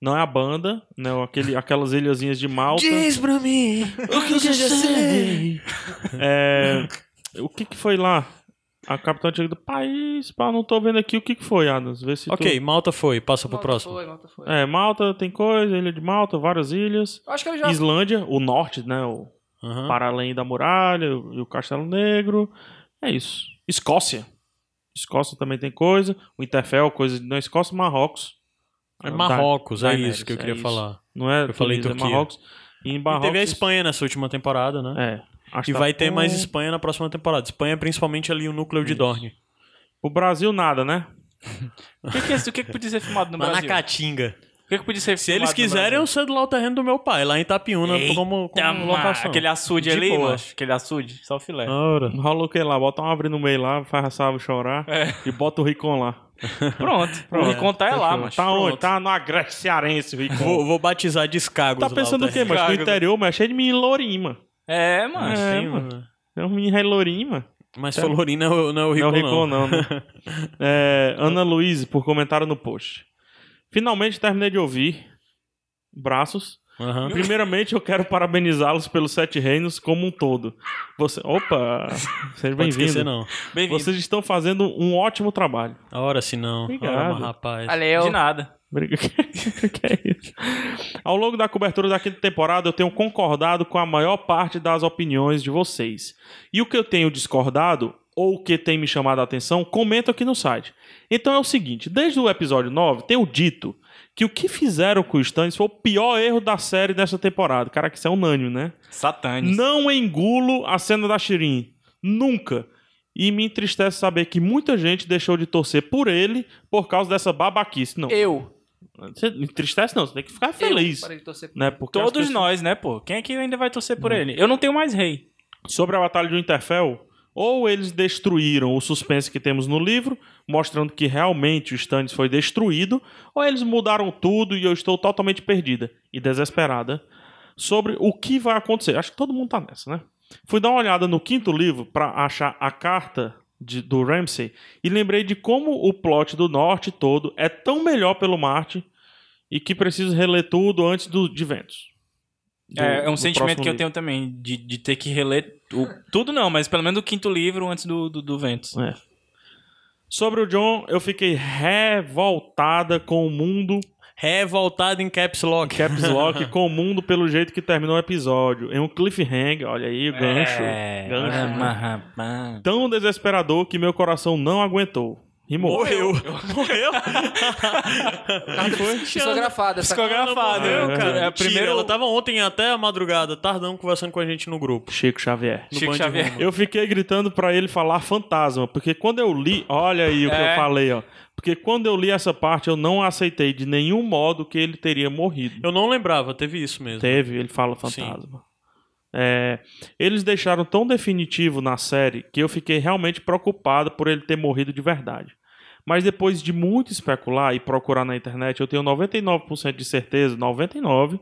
não é a banda, né? Aquele, aquelas ilhazinhas de Malta.
pra mim o que você já sei.
É, o que que foi lá? A capital antiga do país. Pá, não tô vendo aqui o que que foi, Adams. Vê se tu-
ok, Malta foi, passa pro
Malta
próximo.
foi, Malta foi.
É, Malta tem coisa, ilha de Malta, várias ilhas.
Eu Acho que ele já.
Islândia, o norte, né? O,
Aham.
para além da muralha e o Castelo Negro. É isso. Escócia. Escócia também tem coisa. O Interfell, coisa de. Não, Escócia e Marrocos.
É Marrocos,
Da-
é
Daenerys,
isso que eu
é
queria
isso.
falar.
Não é?
Eu falei
Tunísia,
Turquia.
É Marrocos. E em
E
Marrocos.
teve a Espanha nessa última temporada, né?
É. Acho que
E
tá
vai ter
bom.
mais Espanha na próxima temporada. Espanha, principalmente ali o núcleo de Dorne.
O Brasil, nada, né?
O que, que, é isso? o que, que podia ser filmado no
Mas na
Brasil?
Caatinga.
O que, que podia ser
Se
filmado
eles
no
quiserem,
Brasil?
eu cedo lá o terreno do meu pai, lá em Itapiúna,
Eita,
como,
Tá,
como
mas
locação.
Aquele açude
De
ali,
boa.
macho. Aquele açude. Só o filé.
é- Ah.
Ora.
Rola o que lá? Bota uma árvore no meio lá, faz a Sava chorar
É.
e bota o Ricon
<laughs>
lá.
Pronto. O Ricon tá é lá, macho.
Tá onde?
Pronto.
Tá no Agreste Cearense, o Ricon.
Vou, vou batizar de escagos
Tá
lá
pensando o quê,
terreno. Ah,
mas No
Chicago, né?
interior, mas é cheio de menino lourinho, mano.
É, mano.
É,
Sim,
mano.
mano.
É um menino lourinho, mano.
Mas Folorim não, é o- não é o
Não,
Rico,
Ricon não, né?
<laughs>
É, Ana Luiz, por comentário no post. Finalmente terminei de ouvir. Braços.
Aham.
Primeiramente, eu quero parabenizá-los pelos Sete Reinos como um todo. Você... Opa! Seja
Pode esquecer,
bem-vindo.
não.
Bem-vindo.
Vocês estão fazendo um ótimo trabalho.
A hora se não.
Obrigado.
Ora, mas, rapaz.
Valeu.
De nada.
Briga- <laughs> que é isso? Ao longo da cobertura da quinta temporada, eu tenho concordado com a maior parte das opiniões de vocês. E o que eu tenho discordado, ou o que tem me chamado a atenção, comenta aqui no site. Então é o seguinte: desde o episódio 9, tenho dito que o que fizeram com o Stannis foi o pior erro da série dessa temporada. Cara, que isso é unânime, né?
Satânico.
Não engulo a cena da Shirin. Nunca. E me entristece saber que muita gente deixou de torcer por ele por causa dessa babaquice. Não,
Eu.
você não entristece não, você tem que ficar feliz.
Eu parei de torcer.
Né? Porque as
Todos
pessoas-
nós, né, pô? Quem é que ainda vai torcer
Hum.
por ele? Eu não tenho mais rei.
Sobre a Batalha de Winterfell, ou eles destruíram o suspense que temos no livro, mostrando que realmente o Stannis foi destruído, ou eles mudaram tudo e eu estou totalmente perdida e desesperada sobre o que vai acontecer. Acho que todo mundo tá nessa, né? Fui dar uma olhada no quinto livro para achar a carta de- do Ramsay e lembrei de como o plot do norte todo é tão melhor pelo Marte e que preciso reler tudo antes do, de Ventos. Do-
é, é um
do
sentimento
próximo
que eu
livro.
tenho também, de, de ter que reler o- tudo não, mas pelo menos o quinto livro antes do, do, do Ventos.
É. Sobre o John, eu fiquei revoltada com o mundo,
Revoltado em Caps Lock.
caps
<laughs>
lock, com o mundo pelo jeito que terminou o episódio. Em um cliffhanger, olha aí, o gancho.
É,
gancho.
ah, mas, rapaz.
Tão desesperador que meu coração não aguentou. Rimou.
Morreu. Morreu?
Psicografada. essa-
Psicografado.
Morreu,
É,
cara.
É,
É,
primeiro-
Ela tava ontem até a madrugada, tardão, conversando com a gente no grupo.
Chico Xavier.
No
Chico
Band
Xavier.
Rumo.
Eu fiquei gritando pra ele falar fantasma, porque quando eu li, olha aí o que
É.
eu falei, ó. Porque quando eu li essa parte, eu não aceitei de nenhum modo que ele teria morrido.
Eu não lembrava, teve isso mesmo.
Teve, ele fala fantasma. É, eles deixaram tão definitivo na série que eu fiquei realmente preocupado por ele ter morrido de verdade. Mas depois de muito especular e procurar na internet, eu tenho 99% de certeza, 99,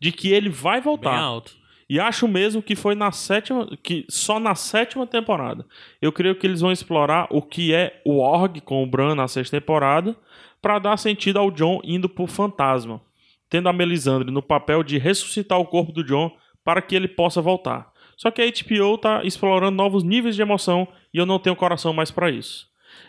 de que ele vai
Bem
voltar.
alto.
E acho mesmo que foi na sétima, que só na sétima temporada. Eu creio que eles vão explorar o que é o Org com o Bran na sexta temporada para dar sentido ao John indo pro fantasma, tendo a Melisandre no papel de ressuscitar o corpo do John para que ele possa voltar. Só que a HBO tá explorando novos níveis de emoção e eu não tenho coração mais para isso.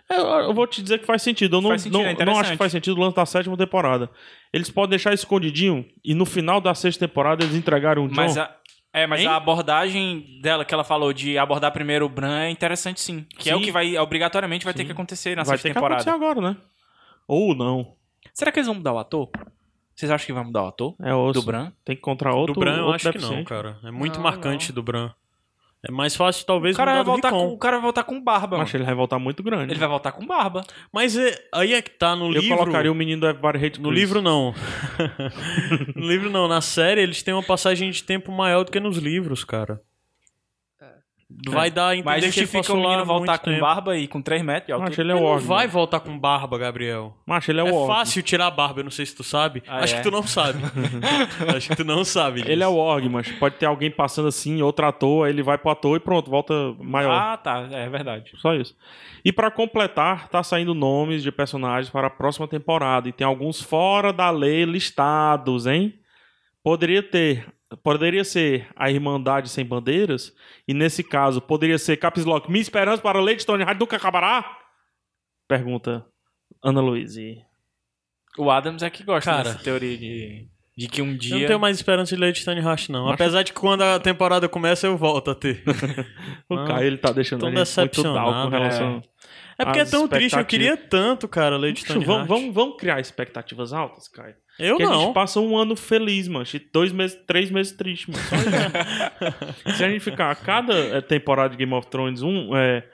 É, Eu, eu vou te dizer que faz sentido. Eu não,
Faz sentido,
não-
é
não
interessante.
acho que faz sentido o lance da sétima temporada. Eles podem deixar escondidinho e no final da sexta temporada eles entregaram o John.
Mas a, é, mas
Hein?
a abordagem dela, que ela falou de abordar primeiro o Bran, é interessante sim. Que é o
Sim.
que vai, obrigatoriamente, vai ter
Sim.
que acontecer na
Vai
sexta
ter
temporada.
que acontecer agora, né? Ou não.
Será que eles vão mudar o ator? Vocês acham que vão mudar o ator?
É osso.
Do Bran?
Tem que encontrar outro.
Do Bran eu
outro
acho que não,
deficiente.
cara. É muito
Não,
marcante
não.
do Bran. É mais fácil, talvez,
O cara, vai
mudar do
voltar
Rickon.
com, o cara vai voltar com barba.
Eu
mano.
Acho que ele vai voltar muito grande.
Ele vai voltar com barba.
Mas é- aí é que tá no
Eu
livro.
colocaria o menino do Everybody Hate Chris.
No livro não. <laughs> no livro não. Na série eles têm uma passagem de tempo maior do que nos livros, cara. Vai dar a entender
Mas
que ele
justifica
passou
o
um
lá
um menino
há
voltar
muito
com
tempo.
barba e com 3 metros de
Eu
altura.
Acho que ele é
Ele
o
não
Org.
vai voltar com barba, Gabriel.
Acho ele é o
É,
Org.
fácil tirar a barba, eu não sei se tu sabe.
Ah,
Acho
é?
que tu não
<laughs>
sabe. Acho que tu não sabe.
Ele é o Org, mas pode ter alguém passando assim, outro ator, aí ele vai pro ator e pronto, volta maior.
Ah, tá. É verdade.
Só isso. E pra completar, tá saindo nomes de personagens para a próxima temporada. E tem alguns fora da lei listados, hein? Poderia ter. Poderia ser a Irmandade Sem Bandeiras. E nesse caso, poderia ser Caps Lock. Minha esperança para a lei de Stonehenge nunca acabará? Pergunta Ana Luiz.
O Adams é que gosta
Cara.
dessa teoria de, de que um
Eu não
dia...
tenho mais esperança de Lady Stoneheart, não.
Acho-
Apesar de que quando a temporada começa, eu volto a ter.
O
Ah,
Caio, ele tá deixando
tô
a gente muito
decepcionado,
tal com relação...
É porque é
As
tão triste, eu queria tanto, cara, Lady
Bicho,
Stoneheart.
vamos, vamos, vamos criar expectativas altas, Caio?
Eu
Porque a
não.
gente passa um ano feliz, mano. e Dois meses, três meses triste, mano. Só
<laughs>
isso. Se a gente ficar a cada eh, temporada de Game of Thrones, um. eh,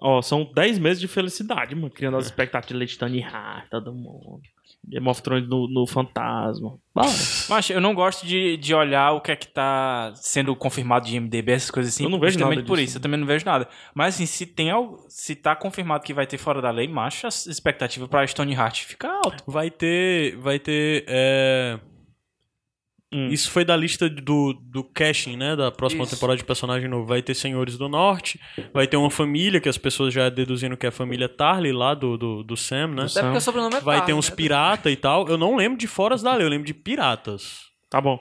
ó, são dez meses de felicidade, mano. Criando as expectativas de Titani Hart, todo mundo. Game of Thrones no, no fantasma. Bora.
<laughs>
Mas eu não gosto de, de olhar o que é que tá sendo confirmado de MDB, essas coisas assim.
Eu não vejo
justamente
nada
por
disso.
isso, eu também não vejo nada. Mas assim, se tem algo, se tá confirmado que vai ter fora da lei, macho, a expectativa pra Stoneheart fica alta.
Vai ter. Vai ter. é,
Hum.
Isso foi da lista do, do casting, né? Da próxima
Isso.
temporada de personagem novo. Vai ter Senhores do Norte, vai ter uma família, que as pessoas já deduzindo que é a família Tarly lá do, do, do Sam, né?
Até porque o sobrenome é
Vai
Tarly,
ter uns
né?
pirata e tal. Eu não lembro de Foras da Lei, eu lembro de Piratas.
Tá bom.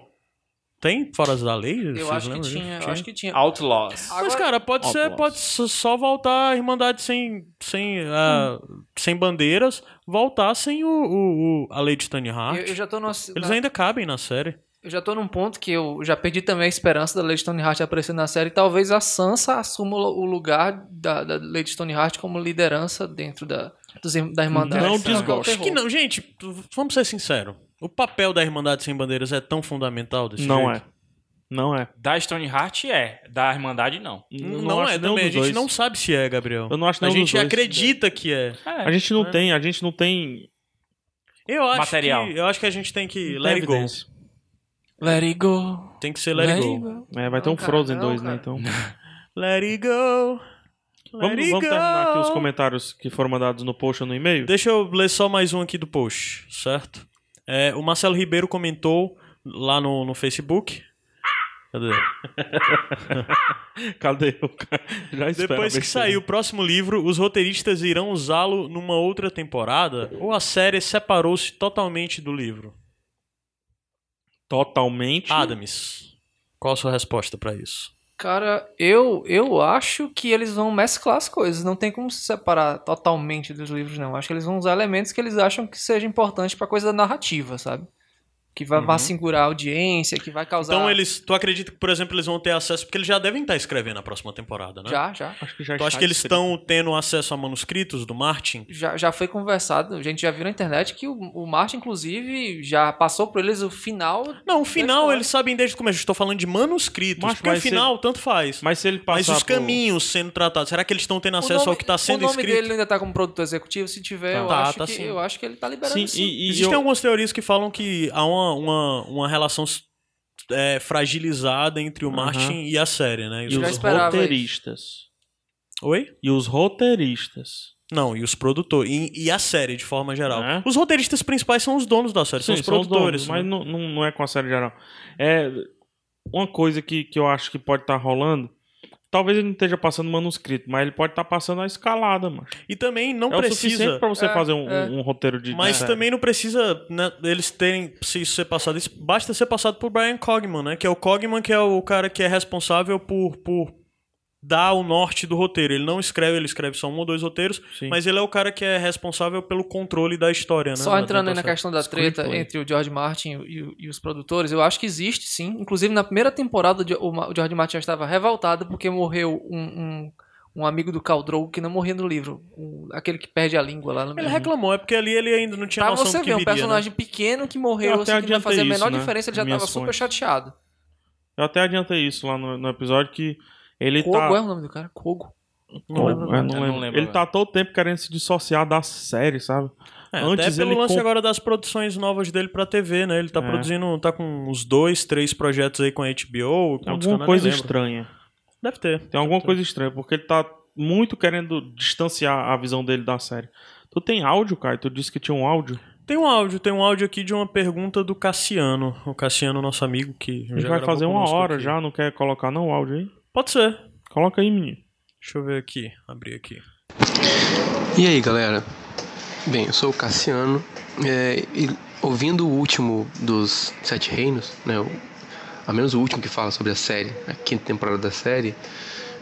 Tem Foras da Lei? Vocês
Eu acho que
lembram disso?
tinha, eu acho que tinha.
Outlaws.
Mas, cara, pode
Ó,
ser,
bolas.
pode s- só voltar a Irmandade sem, sem, ah,
Hum.
sem bandeiras, voltar sem o, o- o- a Lady Stoneheart.
Eu, eu já tô no,
Eles
na-
ainda cabem na série.
eu já tô num ponto que eu já perdi também a esperança da Lady Stoneheart aparecer na série. Talvez a Sansa assuma o o lugar da, da Lady Stoneheart como liderança dentro da, dos ir- da Irmandade.
Não
Isso é um
desgosto.
terror.
Que não, gente, p- vamos ser sinceros. O papel da Irmandade Sem Bandeiras é tão fundamental desse
não
jeito?
é. Não é.
Da Stoneheart é, da Irmandade não.
Não,
acho
é
nenhum
também. A
dos
gente
dois.
não sabe se é, Gabriel.
Eu não acho
A
nenhum dos
gente
dois.
acredita que é.
A gente não tem, a gente não tem.
Eu acho
Material.
que eu acho que a gente tem que
não tem
let it go.
evidência.
Let it go.
Tem que ser let, it go.
É, vai ter
Não,
um
cara,
Frozen
não,
2, né?
cara.
Então.
Let it go. Let
Vamos,
it
vamos terminar aqui os
go.
comentários que foram mandados no post ou no e-mail?
Deixa eu ler só mais um aqui do post, certo? É, o Marcelo Ribeiro comentou lá no, no Facebook. Cadê?
Cadê o cara? Já espera.
Depois que
besteira.
sair o próximo livro, os roteiristas irão usá-lo numa outra temporada? Ou a série separou-se totalmente do livro?
Totalmente.
Ah, Adams, qual a sua resposta pra isso?
Cara, eu, eu acho que eles vão mesclar as coisas. Não tem como se separar totalmente dos livros, não. Acho que eles vão usar elementos que eles acham que seja importante pra coisa da narrativa, sabe? que vai, vai segurar a audiência, que vai causar.
Então eles. Tu acredita que, por exemplo, eles vão ter acesso, porque eles já devem estar escrevendo a próxima temporada, né?
Já, já.
Acho que já
Tu acha
está
que eles
escrito.
estão tendo acesso a manuscritos do Martin?
Já, já foi conversado, a gente já viu na internet que o, o Martin, inclusive, já passou por eles o final.
Não, o
Deve
final
falar.
eles sabem desde o começo. Estou falando de manuscritos,
Mas
porque
vai
o final tanto faz. Mas,
Mas se ele passar
os
por-
caminhos sendo tratados, será que eles estão tendo
O
acesso ao
nome-
que está sendo
O nome
escrito?
dele ainda tá como produtor executivo, se tiver,
Tá.
eu,
Tá,
acho
tá
que,
sim.
eu acho que ele tá liberando
Sim,
sim.
e, e
Existem
eu-
algumas teorias que falam que há uma, uma, uma relação é, fragilizada entre o
Aham.
Martin e a série, né? E
e
os-
já
os
esperava isso.
roteiristas.
Oi?
E os roteiristas.
Não, e os produtores. E, e a série, de forma geral.
Né?
Os roteiristas principais são os donos da série, são os
Sim, donos,
produtores. né?
mas não, não, não é com a série geral. É, uma coisa que, que eu acho que pode estar rolando. Talvez ele não esteja passando manuscrito, mas ele pode estar passando a escalada, mano.
E também não
é o suficiente
precisa.
pra você
É,
fazer um,
é.
um- um roteiro de.
Mas
de-
também não precisa né, eles terem se isso ser passado. Isso, basta ser passado por Brian Cogman, né? Que é o Cogman que é o cara que é responsável por, por dar o norte do roteiro. Ele não escreve, ele escreve só um ou dois roteiros,
Sim.
mas ele é o cara que é responsável pelo controle da história, né?
Só
da-
entrando
da
aí na
série.
questão da treta
Screenplay.
entre o George Martin e, o- e os produtores, eu acho que existe sim. Inclusive, na primeira temporada, o Jo- o Ma- o George Martin já estava revoltado porque morreu um, um, um amigo do Caldrogo que não morria no livro. O- aquele que perde a língua lá no
Ele reclamou, é porque ali ele ainda não tinha
Pra
noção
você
do que
ver, um
viria, né?
personagem pequeno que
Eu
morreu,
até
assim, que não vai
adiantei
fazer a
isso,
menor
né,
diferença, ele já
minhas
tava super
fontes.
chateado.
Eu até adiantei isso lá no, no episódio que ele
Kogo
tá.
é o nome do cara? Kogo.
né?
Não
Não é-
lembro, eu não
Eu não
lembro.
lembro
Ele
agora.
tá todo tempo querendo se dissociar da série, sabe?
É,
Antes
até pelo
ele
lance
comp-
agora das produções novas dele pra TV, né? Ele tá
É.
produzindo, tá com uns dois, três projetos aí com a HBO, com outros
É Alguma
canais,
coisa
nem lembro.
estranha.
Deve ter.
Tem alguma coisa estranha, porque ele tá muito querendo distanciar a visão dele da série. Tu tem áudio, Caio? Tu disse que tinha um áudio?
Tem um áudio, tem um áudio aqui de uma pergunta do Cassiano. O Cassiano, nosso amigo, que
Ele
já
vai
gravou
fazer uma
conosco
hora
aqui.
já, não quer colocar não o áudio aí?
Pode ser.
Coloca aí, menino.
Deixa eu ver aqui, abrir aqui.
E aí, galera? Bem, eu sou o Cassiano é, e ouvindo o último dos Sete Reinos, né, o, a menos o último que fala sobre a série, a quinta temporada da série,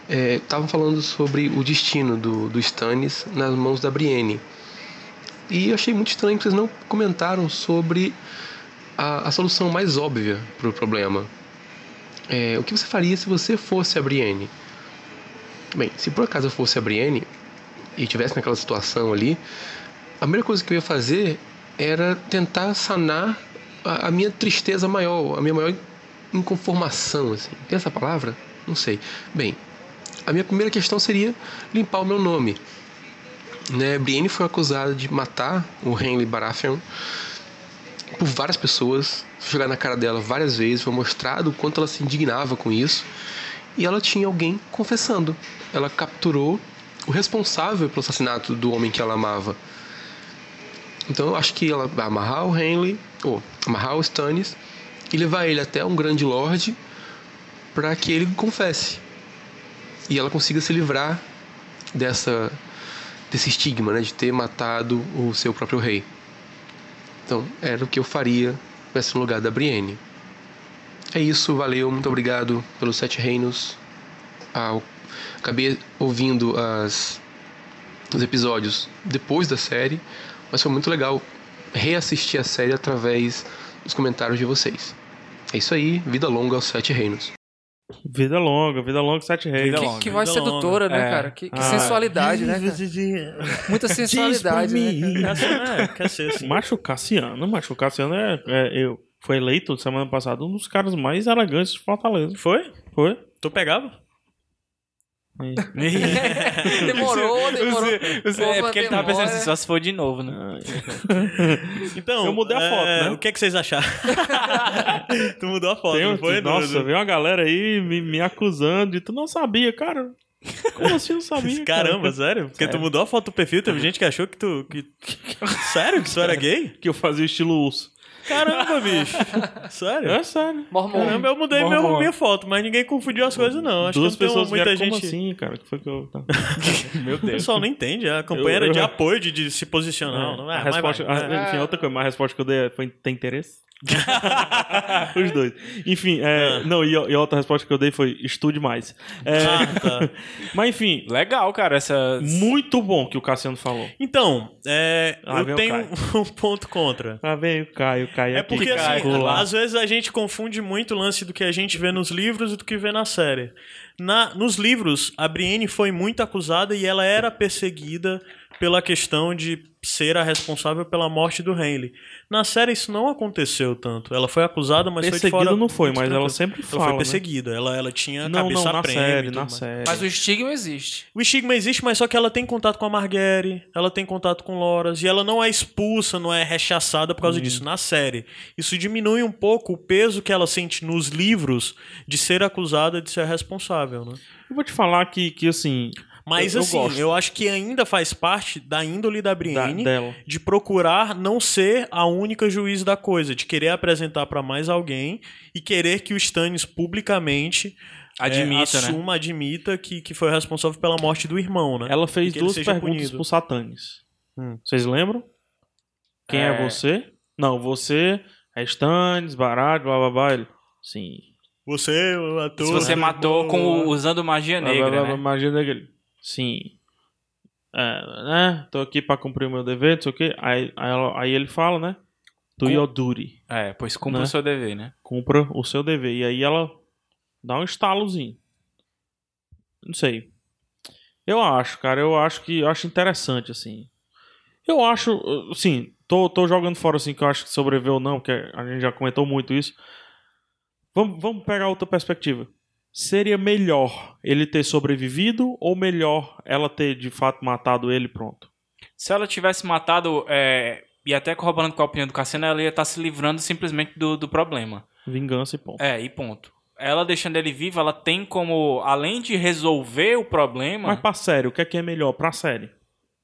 estavam falando sobre o destino do, do Stannis nas mãos da Brienne. E eu achei muito estranho que vocês não comentaram sobre a, a solução mais óbvia para o problema. É, o que você faria se você fosse a Brienne? Bem, se por acaso eu fosse a Brienne, e tivesse naquela situação ali, a primeira coisa que eu ia fazer era tentar sanar a, a minha tristeza maior, a minha maior inconformação, assim. Tem essa palavra? Não sei. Bem, a minha primeira questão seria limpar o meu nome. Né, Brienne foi acusada de matar o Henry Baratheon por várias pessoas, jogar na cara dela várias vezes, foi mostrado o quanto ela se indignava com isso. E ela tinha alguém confessando. Ela capturou o responsável pelo assassinato do homem que ela amava. Então eu acho que ela vai amarrar o Henley, ou amarrar o Stannis, e levar ele até um grande lorde para que ele confesse. E ela consiga se livrar dessa desse estigma, né, de ter matado o seu próprio rei. Então, era o que eu faria nesse lugar da Brienne. É isso, valeu, muito obrigado pelos Sete Reinos. Ah, eu acabei ouvindo as, os episódios depois da série, mas foi muito legal reassistir a série através dos comentários de vocês. É isso aí, vida longa aos Sete Reinos.
Vida longa, vida longa, sete reis.
Vida
Que,
longa,
que voz
vida é longa.
sedutora, né,
É.
cara? Que, que
Ah.
sensualidade, né? cara?
<laughs>
Muita sensualidade, né? cara?
Cassiano, é, quer ser assim.
Macho Cassiano, Macho Cassiano é, é- eu, foi eleito semana passada um dos caras mais elegantes de Fortaleza.
Foi?
Foi?
Tu pegava?
Aí.
Demorou, demorou.
<laughs> Você-
Houve
é
uma
porque ele tava pensando
demora.
assim, só se for de novo, né?
Então.
Eu mudei a
é,
foto, né?
O que é que
<laughs>
vocês acharam? tu mudou a foto,
Tem um-
não foi?
nossa,
Dudu?
veio uma galera aí me, me acusando de tu não sabia, cara. Como assim não
<laughs>
sabia? cara?
Caramba, sério? Porque tu
Sério.
mudou a foto do perfil, teve gente que achou que tu. que- Sério? Que tu era gay?
Que eu fazia estilo urso.
Caramba, bicho. Sério?
É sério.
Mormon.
Caramba, eu mudei
Bom,
meu,
bom.
minha foto, mas ninguém confundiu as coisas, não. Acho
Duas
que não
pessoas
tem muita
vieram,
gente.
como assim, cara? Que foi que
<laughs>
eu... tá.
Meu
O pessoal não entende. A campanha
Eu-
era de
eu-
apoio, de, de se posicionar. Não, é,
a
mas
resposta,
vai, <laughs>
a- enfim, outra coisa, mas a resposta que eu dei é, foi tem interesse. Os dois. Enfim, é, não, e, a- e a outra resposta que eu dei foi estude mais. É,
Ah, tá.
Mas enfim,
Legal, cara, essa.
muito bom que o Cassiano falou.
Então, é,
Ah, vem
eu
o
tenho um <laughs> ponto contra.
Ah, vem o Caio, Caio
É
aqui.
porque,
cai,
assim,
circula.
às vezes a gente confunde muito o lance do que a gente vê nos livros e do que vê na série. Na, nos livros, a Brienne foi muito acusada e ela era perseguida pela questão de ser a responsável pela morte do Henley. Na série isso não aconteceu tanto. Ela foi acusada, mas foi de
Perseguida
fora...
não foi,
muito
mas ela
tranquila.
sempre
Ela
fala.
foi
né?
perseguida. Ela, ela tinha a
Não,
cabeça
não, na
a prêmio e
série,
tudo
na
mais.
série.
Mas o estigma existe.
O estigma existe, mas só que ela tem contato com a Marguerite, ela tem contato com Loras, e ela não é expulsa, não é rechaçada por causa
Uhum.
disso na série. Isso diminui um pouco o peso que ela sente nos livros de ser acusada de ser a responsável, né?
Eu vou te falar que, que assim.
Mas
eu, eu
assim, eu,
gosto
acho que ainda faz parte da índole da
da-
Brienne
dela.
de procurar não ser a única juiz da coisa, de querer apresentar pra mais alguém e querer que o Stannis publicamente é,
Admita, né?
assuma, admita que, que foi responsável pela morte do irmão, né?
Ela fez
E que ele
duas
seja
perguntas
punido.
pro Satanis.
Hum.
Vocês lembram? Quem é,
É.
você? Não, você é Stannis, Barad, blá blá blá. Ele, Sim.
Você matou.
Se você
né?
matou com o- usando
É
magia
Blá, blá, blá,
negra,
blá,
né?
magia negra. Sim. É, né? Tô aqui pra cumprir o meu dever, não sei o quê. Aí, aí, ela- aí ele fala, né? Do
Com-
your duty.
É, pois cumpra
Né?
o seu dever, né?
Cumpra o seu dever. E aí ela dá um estalozinho. Não sei. Eu acho, cara. Eu acho que... Eu acho interessante, assim. Eu acho... uh, Sim, tô, tô jogando fora, assim, que eu acho que sobreviveu ou não, porque a gente já comentou muito isso. Vamos, vamos pegar outra perspectiva. Seria melhor ele ter sobrevivido ou melhor ela ter, de fato, matado ele e pronto?
Se ela tivesse matado, é, e até corroborando com a opinião do Cassiano, ela ia estar se livrando simplesmente do, do problema.
Vingança e ponto.
É, e ponto. Ela deixando ele vivo, ela tem como, além de resolver o problema,
Mas pra série, o que é que é melhor pra série?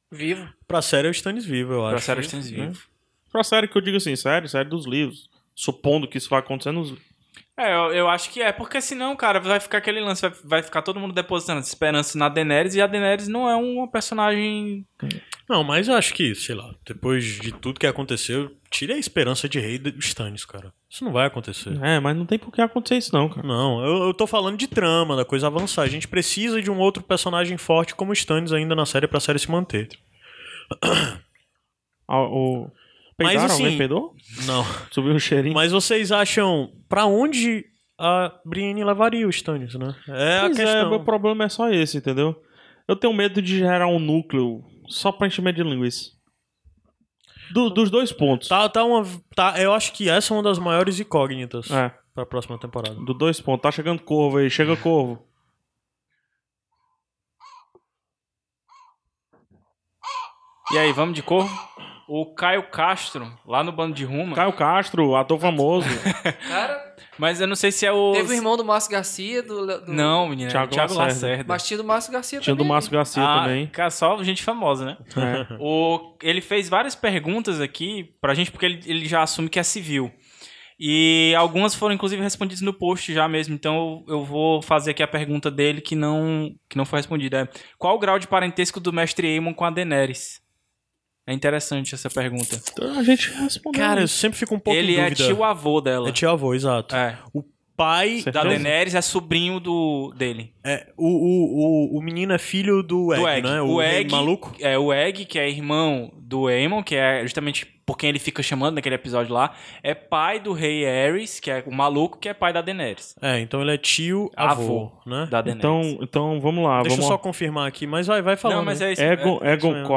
Vivo.
Pra série é o Stannis vivo, eu acho.
pra série é Stannis
né?
vivo.
Pra série que eu digo assim, série, série dos livros. Supondo que isso vai acontecer nos
É, eu, eu acho que é, porque senão, cara, vai ficar aquele lance, vai, vai ficar todo mundo depositando essa esperança na Daenerys, e a Daenerys não é uma personagem...
Não, mas eu acho que, sei lá, depois de tudo que aconteceu, tire a esperança de rei do Stannis, cara. Isso não vai acontecer.
É, mas não tem por que acontecer isso não, cara.
Não, eu, eu tô falando de trama, da coisa avançar. A gente precisa de um outro personagem forte como o Stannis ainda na série pra série se manter.
Ah, O...
Mas,
Peidaram?
assim-
Alguém peidou?
Não.
Subiu um cheirinho.
Mas vocês acham pra onde a Brienne levaria o Stannis, né? É
Pois
a
é,
questão.
meu problema é só esse, entendeu? Eu tenho medo de gerar um núcleo só pra enchimento de linguiça. Do- dos dois pontos.
Tá, tá uma. Tá, eu acho que essa é uma das maiores incógnitas
É,
pra próxima temporada.
do dois pontos. Tá chegando corvo aí, chega corvo.
E aí, vamos de corvo? O Caio Castro, lá no bando de Ruma.
Caio Castro, ator
<laughs>
famoso.
Cara,
Mas eu não sei se é o...
teve o irmão do Márcio Garcia, do. do
Não, menina, Thiago,
Thiago
Thiago Lacerda.
Lacerda.
Mas tinha do Márcio Garcia
Tinha do
também.
Márcio Garcia
Ah,
também.
Cara, só gente famosa, né?
<laughs>
É.
O, ele fez várias perguntas aqui pra gente, porque ele, ele já assume que é civil. E algumas foram, inclusive, respondidas no post já mesmo. Então eu, eu vou fazer aqui a pergunta dele que não, que não foi respondida. É, qual o grau de parentesco do mestre Aemon com a Daenerys? É interessante essa pergunta.
Então a gente respondeu.
Cara, eu sempre fico um pouco
ele
em
é
dúvida.
tio-avô dela.
É tio-avô, exato.
É.
O pai
Certeza?
Da Daenerys é sobrinho do dele.
É, o, o, o, o menino é filho do Egg,
do Egg.
né? O,
o
rei
Egg,
maluco.
É, o Egg, que é irmão do Aemon, que é justamente por quem ele fica chamando naquele episódio lá, é pai do rei Ares, que é o maluco que é pai da Daenerys.
É, então ele é tio avô, né?
Da Daenerys.
Então, então vamos lá.
Deixa eu
vamos
só confirmar aqui, mas vai, vai falando.
Não, mas é isso.
Egon,
é, isso
Egon
mesmo.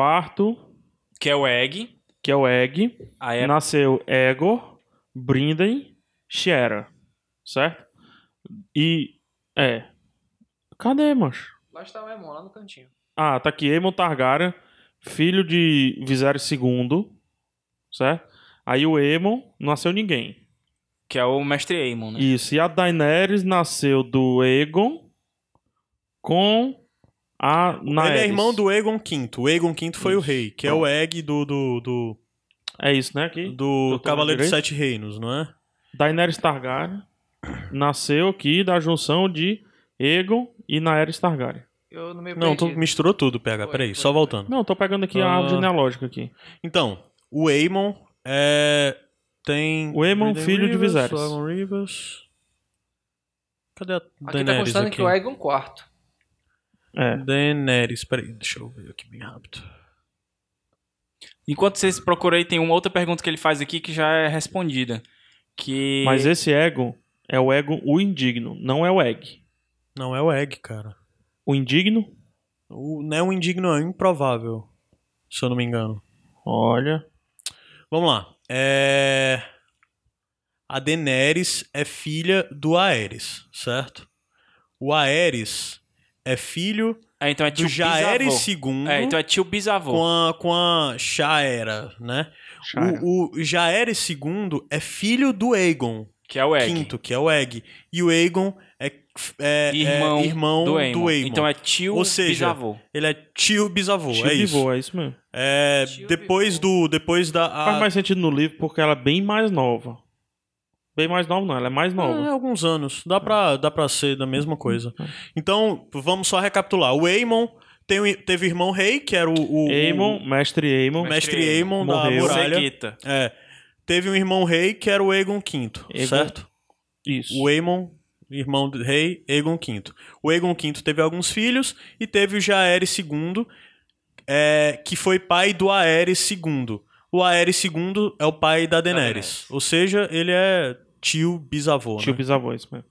IV,
é- que é o Egg.
que é o Egg.
Aí é
Nasceu Egor, Brinden, Shera. Certo? E. É. Cadê, macho?
Lá está o irmão, lá no cantinho.
Ah, tá aqui. Aemon Targaryen, filho de Viserys II. Certo? Aí o Aemon não nasceu ninguém.
que é o mestre Aemon, né?
Isso. E a Daenerys nasceu do Aegon com a Naerys.
Ele é irmão do Egon V. O Egon V foi o rei, que é o Egg do, do, do,
É isso, né? Aqui.
do
Eu tô
Cavaleiro dos
direito?
Sete Reinos, não é?
Daenerys Targaryen nasceu aqui da junção de Aegon e Naerys Targaryen.
Eu no meio
Não, tu
perdido.
misturou tudo, PH.
Foi,
Peraí,
foi,
só
foi.
voltando.
Não, tô pegando aqui a
Ah.
árvore genealógica aqui.
Então, o Aemon é Tem.
O Aemon,
Braden
filho de
Rivers,
Viserys.
o Aemon Rivers. Cadê a
Aqui tá
Daenerys
constando
aqui?
que o Aegon quarto.
É.
Daenerys, peraí, deixa eu ver aqui bem rápido.
Enquanto vocês procuram aí, tem uma outra pergunta que ele faz aqui que já é respondida. Que.
Mas esse Egon é o Egon o indigno, não é o Egg.
Não é o Egg, cara.
O indigno,
O, não é um indigno, é um improvável. Se eu não me engano.
olha.
Vamos lá. É... A Daenerys é filha do Aerys, certo? O Aerys é filho
É, então é
do
tio
Jaehaerys
bisavô.
II
É, então é tio bisavô.
com a, com a Shaera, né?
Chara.
O, o Jaehaerys II é filho do Aegon,
Que é o Egg.
quinto, que é o Egg. E o Aegon é, é- é
Irmão,
irmão
do Aemon.
do Aemon.
Então é tio
Ou seja,
bisavô.
Ele é tio bisavô,
Tio
é isso.
Bivô, é isso mesmo.
É,
Tio
depois do. Depois da. a-
Faz mais sentido no livro porque ela é bem mais nova. Bem mais nova não, ela é mais
É,
nova.
alguns anos. Dá pra, dá pra ser da
Hum,
mesma coisa.
tá.
Então, vamos só recapitular. O Aemon tem o- teve um irmão rei, que era o. o
Aemon, mestre
o
Aemon,
mestre
Mestre
Aemon da
morreu.
muralha.
Seguita.
É. Teve um irmão rei, que era o Aegon V,
Aegon.
certo?
isso.
O Aemon, irmão do rei, Aegon V. O Aegon V teve alguns filhos e teve o Jaehaerys II, é, que foi pai do Aerys II. O Aerys II é o pai da Daenerys.
Daenerys.
Ou seja, ele é tio bisavô
Tio
né,
bisavô, é isso mesmo.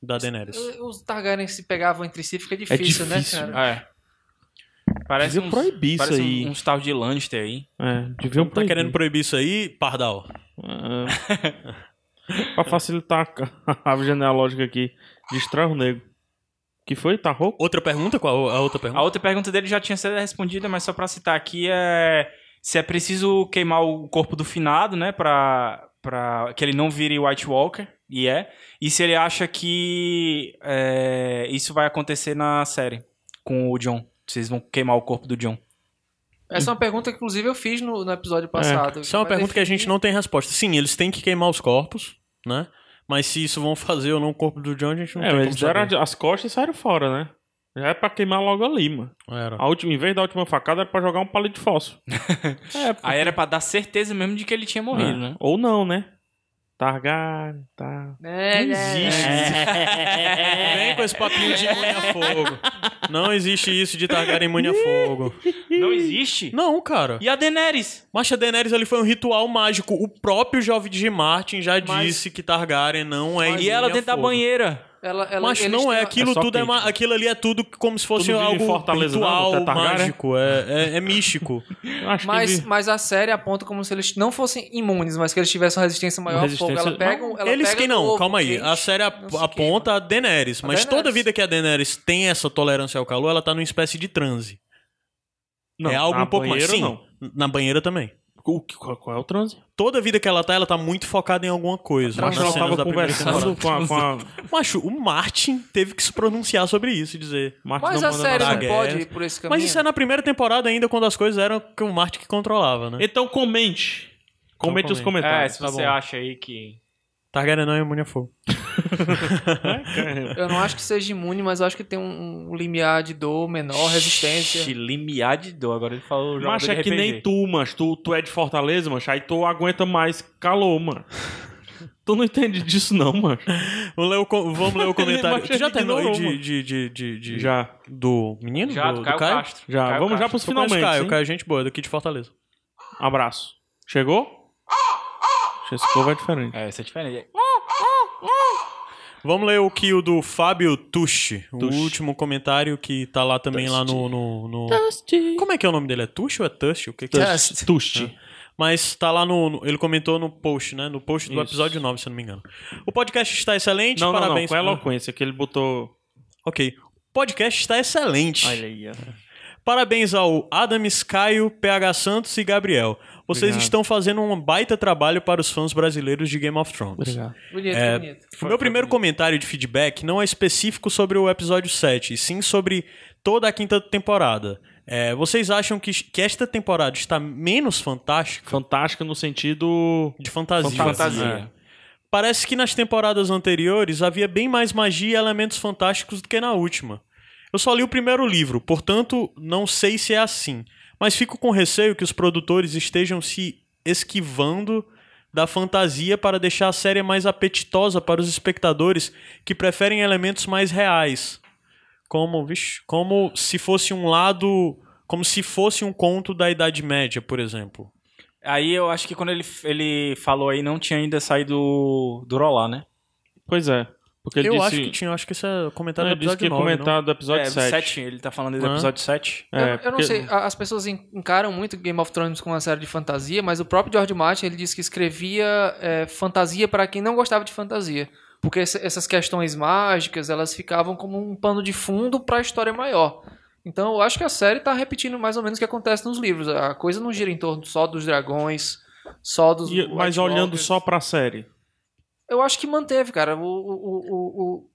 da Daenerys.
Os Targaryen se pegavam entre si,
É
fica difícil,
difícil,
né, cara?
É. Parece
Devia
uns,
proibir isso
parece um-
aí.
uns tal de Lannister aí.
É, deviam
Tá
proibir.
querendo proibir isso aí, Pardal?
É. pra facilitar a <laughs> árvore genealógica aqui de Estrarro Negro. Que foi? Tá rouco?
Outra pergunta? Qual a outra pergunta?
A outra pergunta dele já tinha sido respondida, mas só pra citar aqui é se é preciso queimar o corpo do finado, né, pra, pra que ele não vire White Walker, e é, e se ele acha que é, isso vai acontecer na série com o John. Vocês vão queimar o corpo do John.
Essa é uma pergunta que, inclusive, eu fiz no, no episódio passado.
Isso é uma
Vai
pergunta que a gente
definir-
não tem resposta. Sim, eles têm que queimar os corpos, né? Mas se isso vão fazer ou não o corpo do John, a gente não
É,
tem
eles
como
deram
saber.
as costas e saíram fora, né? Já é pra queimar logo ali, mano.
Era.
A última, em vez da última facada, era pra jogar um palito de
<laughs>
fósforo. é,
Ah,
porque-
Aí era pra dar certeza mesmo de que ele tinha
é.
morrido, né?
Ou não, né? Targaryen, tá.
É,
Não
é,
existe.
Vem com esse papinho de imune a fogo. Não existe isso de Targaryen imune a fogo.
É. <laughs> Não existe.
Não, cara.
E a Daenerys?
Mas a Daenerys ali foi um ritual mágico. O próprio Jovem de Martin já
Mas-
disse que Targaryen não é
e ela
imune a
dentro da
fogo.
banheira.
né. Ela, ela,
Mas
eles
não é,
têm-
aquilo
É só
tudo é, ma-
crítica.
aquilo ali é tudo como se fosse
Tudo vive em
algo
Fortaleza, não?
ritual,
Até Targaryen?
mágico, é, é, é místico.
Eu acho
Mas,
que vi-
mas a série aponta como se eles não fossem imunes, mas que eles tivessem uma resistência maior ao fogo.
Resistência-
Ela pega, um- <laughs> ela
Eles
pega
que
no
não,
ovo
calma aí.
quente,
A série ap-
não sei o quê.
aponta a Daenerys, mas
Daenerys.
toda vida que a Daenerys tem essa tolerância ao calor, ela tá numa espécie de transe.
Não,
é algo
na
um pouco mais.
banheira,
Sim,
não.
na banheira também.
O que- qual, qual é o transe?
Toda vida que ela tá, ela tá muito focada em alguma coisa.
Acho que
Nas
ela
cenas
tava
da primeira
conversando com a. Com a
temporada. Macho, o Martin teve que se pronunciar sobre isso e dizer.
Martin
Mas
não
a
manda
série
nada.
não
tá guerra.
pode ir por esse caminho.
Mas isso é na primeira temporada ainda, quando as coisas eram que o Martin que controlava, né?
Então comente. Comente nos
comente.
É,
comentários.
se
tá
você
bom.
acha aí que.
Targaryen não é imune a fogo.
<laughs> É,
Eu não acho que seja imune, mas eu acho que tem um, um limiar de dor menor, resistência.
Chilimiar de dor. Agora ele falou. jogador
Macho,
de
é que
RPG.
nem tu, mas tu, tu é de Fortaleza, macho. Aí tu aguenta mais calor,
<laughs>
mano. tu não entende disso, não, mano.
Vamos ler o, co-
<laughs>
vamos ler o comentário.
Ele
Tu já terminou aí
ignorou,
de, de, de, de, de-
Já,
Do menino?
Já,
do,
do Caio
do Caio?
Castro.
já.
Caio
Vamos já
Castro.
pros
Tu conhece
finalmente.
o Caio, o
hein?
Caio é gente boa, daqui de Fortaleza.
Abraço. Chegou? Esse povo é diferente.
É, isso é diferente.
Vamos ler o que o do Fábio Tucci, o
Tucci.
último comentário que tá lá também lá no... no, no- Como é que é o nome dele? É Tucci ou é Tucci? O que que é?
Tusti.
Mas tá lá no, no- Ele comentou no post, né? No post do
Isso.
episódio 9, se eu não me engano. O podcast está excelente,
Não, é não, não.
parabéns.
Com eloquência, que ele botou...
Ok. O podcast está excelente.
Olha aí, ó.
Parabéns ao Adams, Caio, PH Santos e Gabriel. Vocês
Obrigado.
estão fazendo um baita trabalho para os fãs brasileiros de Game of Thrones.
Obrigado.
Bonito,
É,
bonito.
O meu primeiro comentário de feedback não é específico sobre o episódio 7, e sim sobre toda a quinta temporada. É, vocês acham que, que esta temporada está menos fantástica?
Fantástica no sentido...
De fantasia.
Fantasia.
Parece que nas temporadas anteriores havia bem mais magia e elementos fantásticos do que na última. Eu só li o primeiro livro, portanto, não sei se é assim. Mas fico com receio que os produtores estejam se esquivando da fantasia para deixar a série mais apetitosa para os espectadores que preferem elementos mais reais. Como, vixe, como se fosse um lado. Como se fosse um conto da Idade Média, por exemplo.
Aí eu acho que quando ele, ele falou aí, não tinha ainda saído do rolar, né?
Pois é. Porque ele
eu
disse,
acho que tinha, eu acho que esse é comentário
não,
do
ele disse
episódio
que
9, não?
comentar do episódio
é,
7.
sete, Ele tá falando aí do
Hã?
episódio 7.
É,
eu, eu não
porque-
sei, a- as pessoas en- encaram muito Game of Thrones como uma série de fantasia, mas o próprio George Martin ele disse que escrevia é, fantasia para quem não gostava de fantasia. Porque essa- essas questões mágicas, elas ficavam como um pano de fundo para a história maior. Então eu acho que a série tá repetindo mais ou menos o que acontece nos livros. A coisa não gira em torno só dos dragões, só dos.
E-
White
mas olhando
Walkers.
só pra série.
Eu acho que manteve, cara. O, o, o,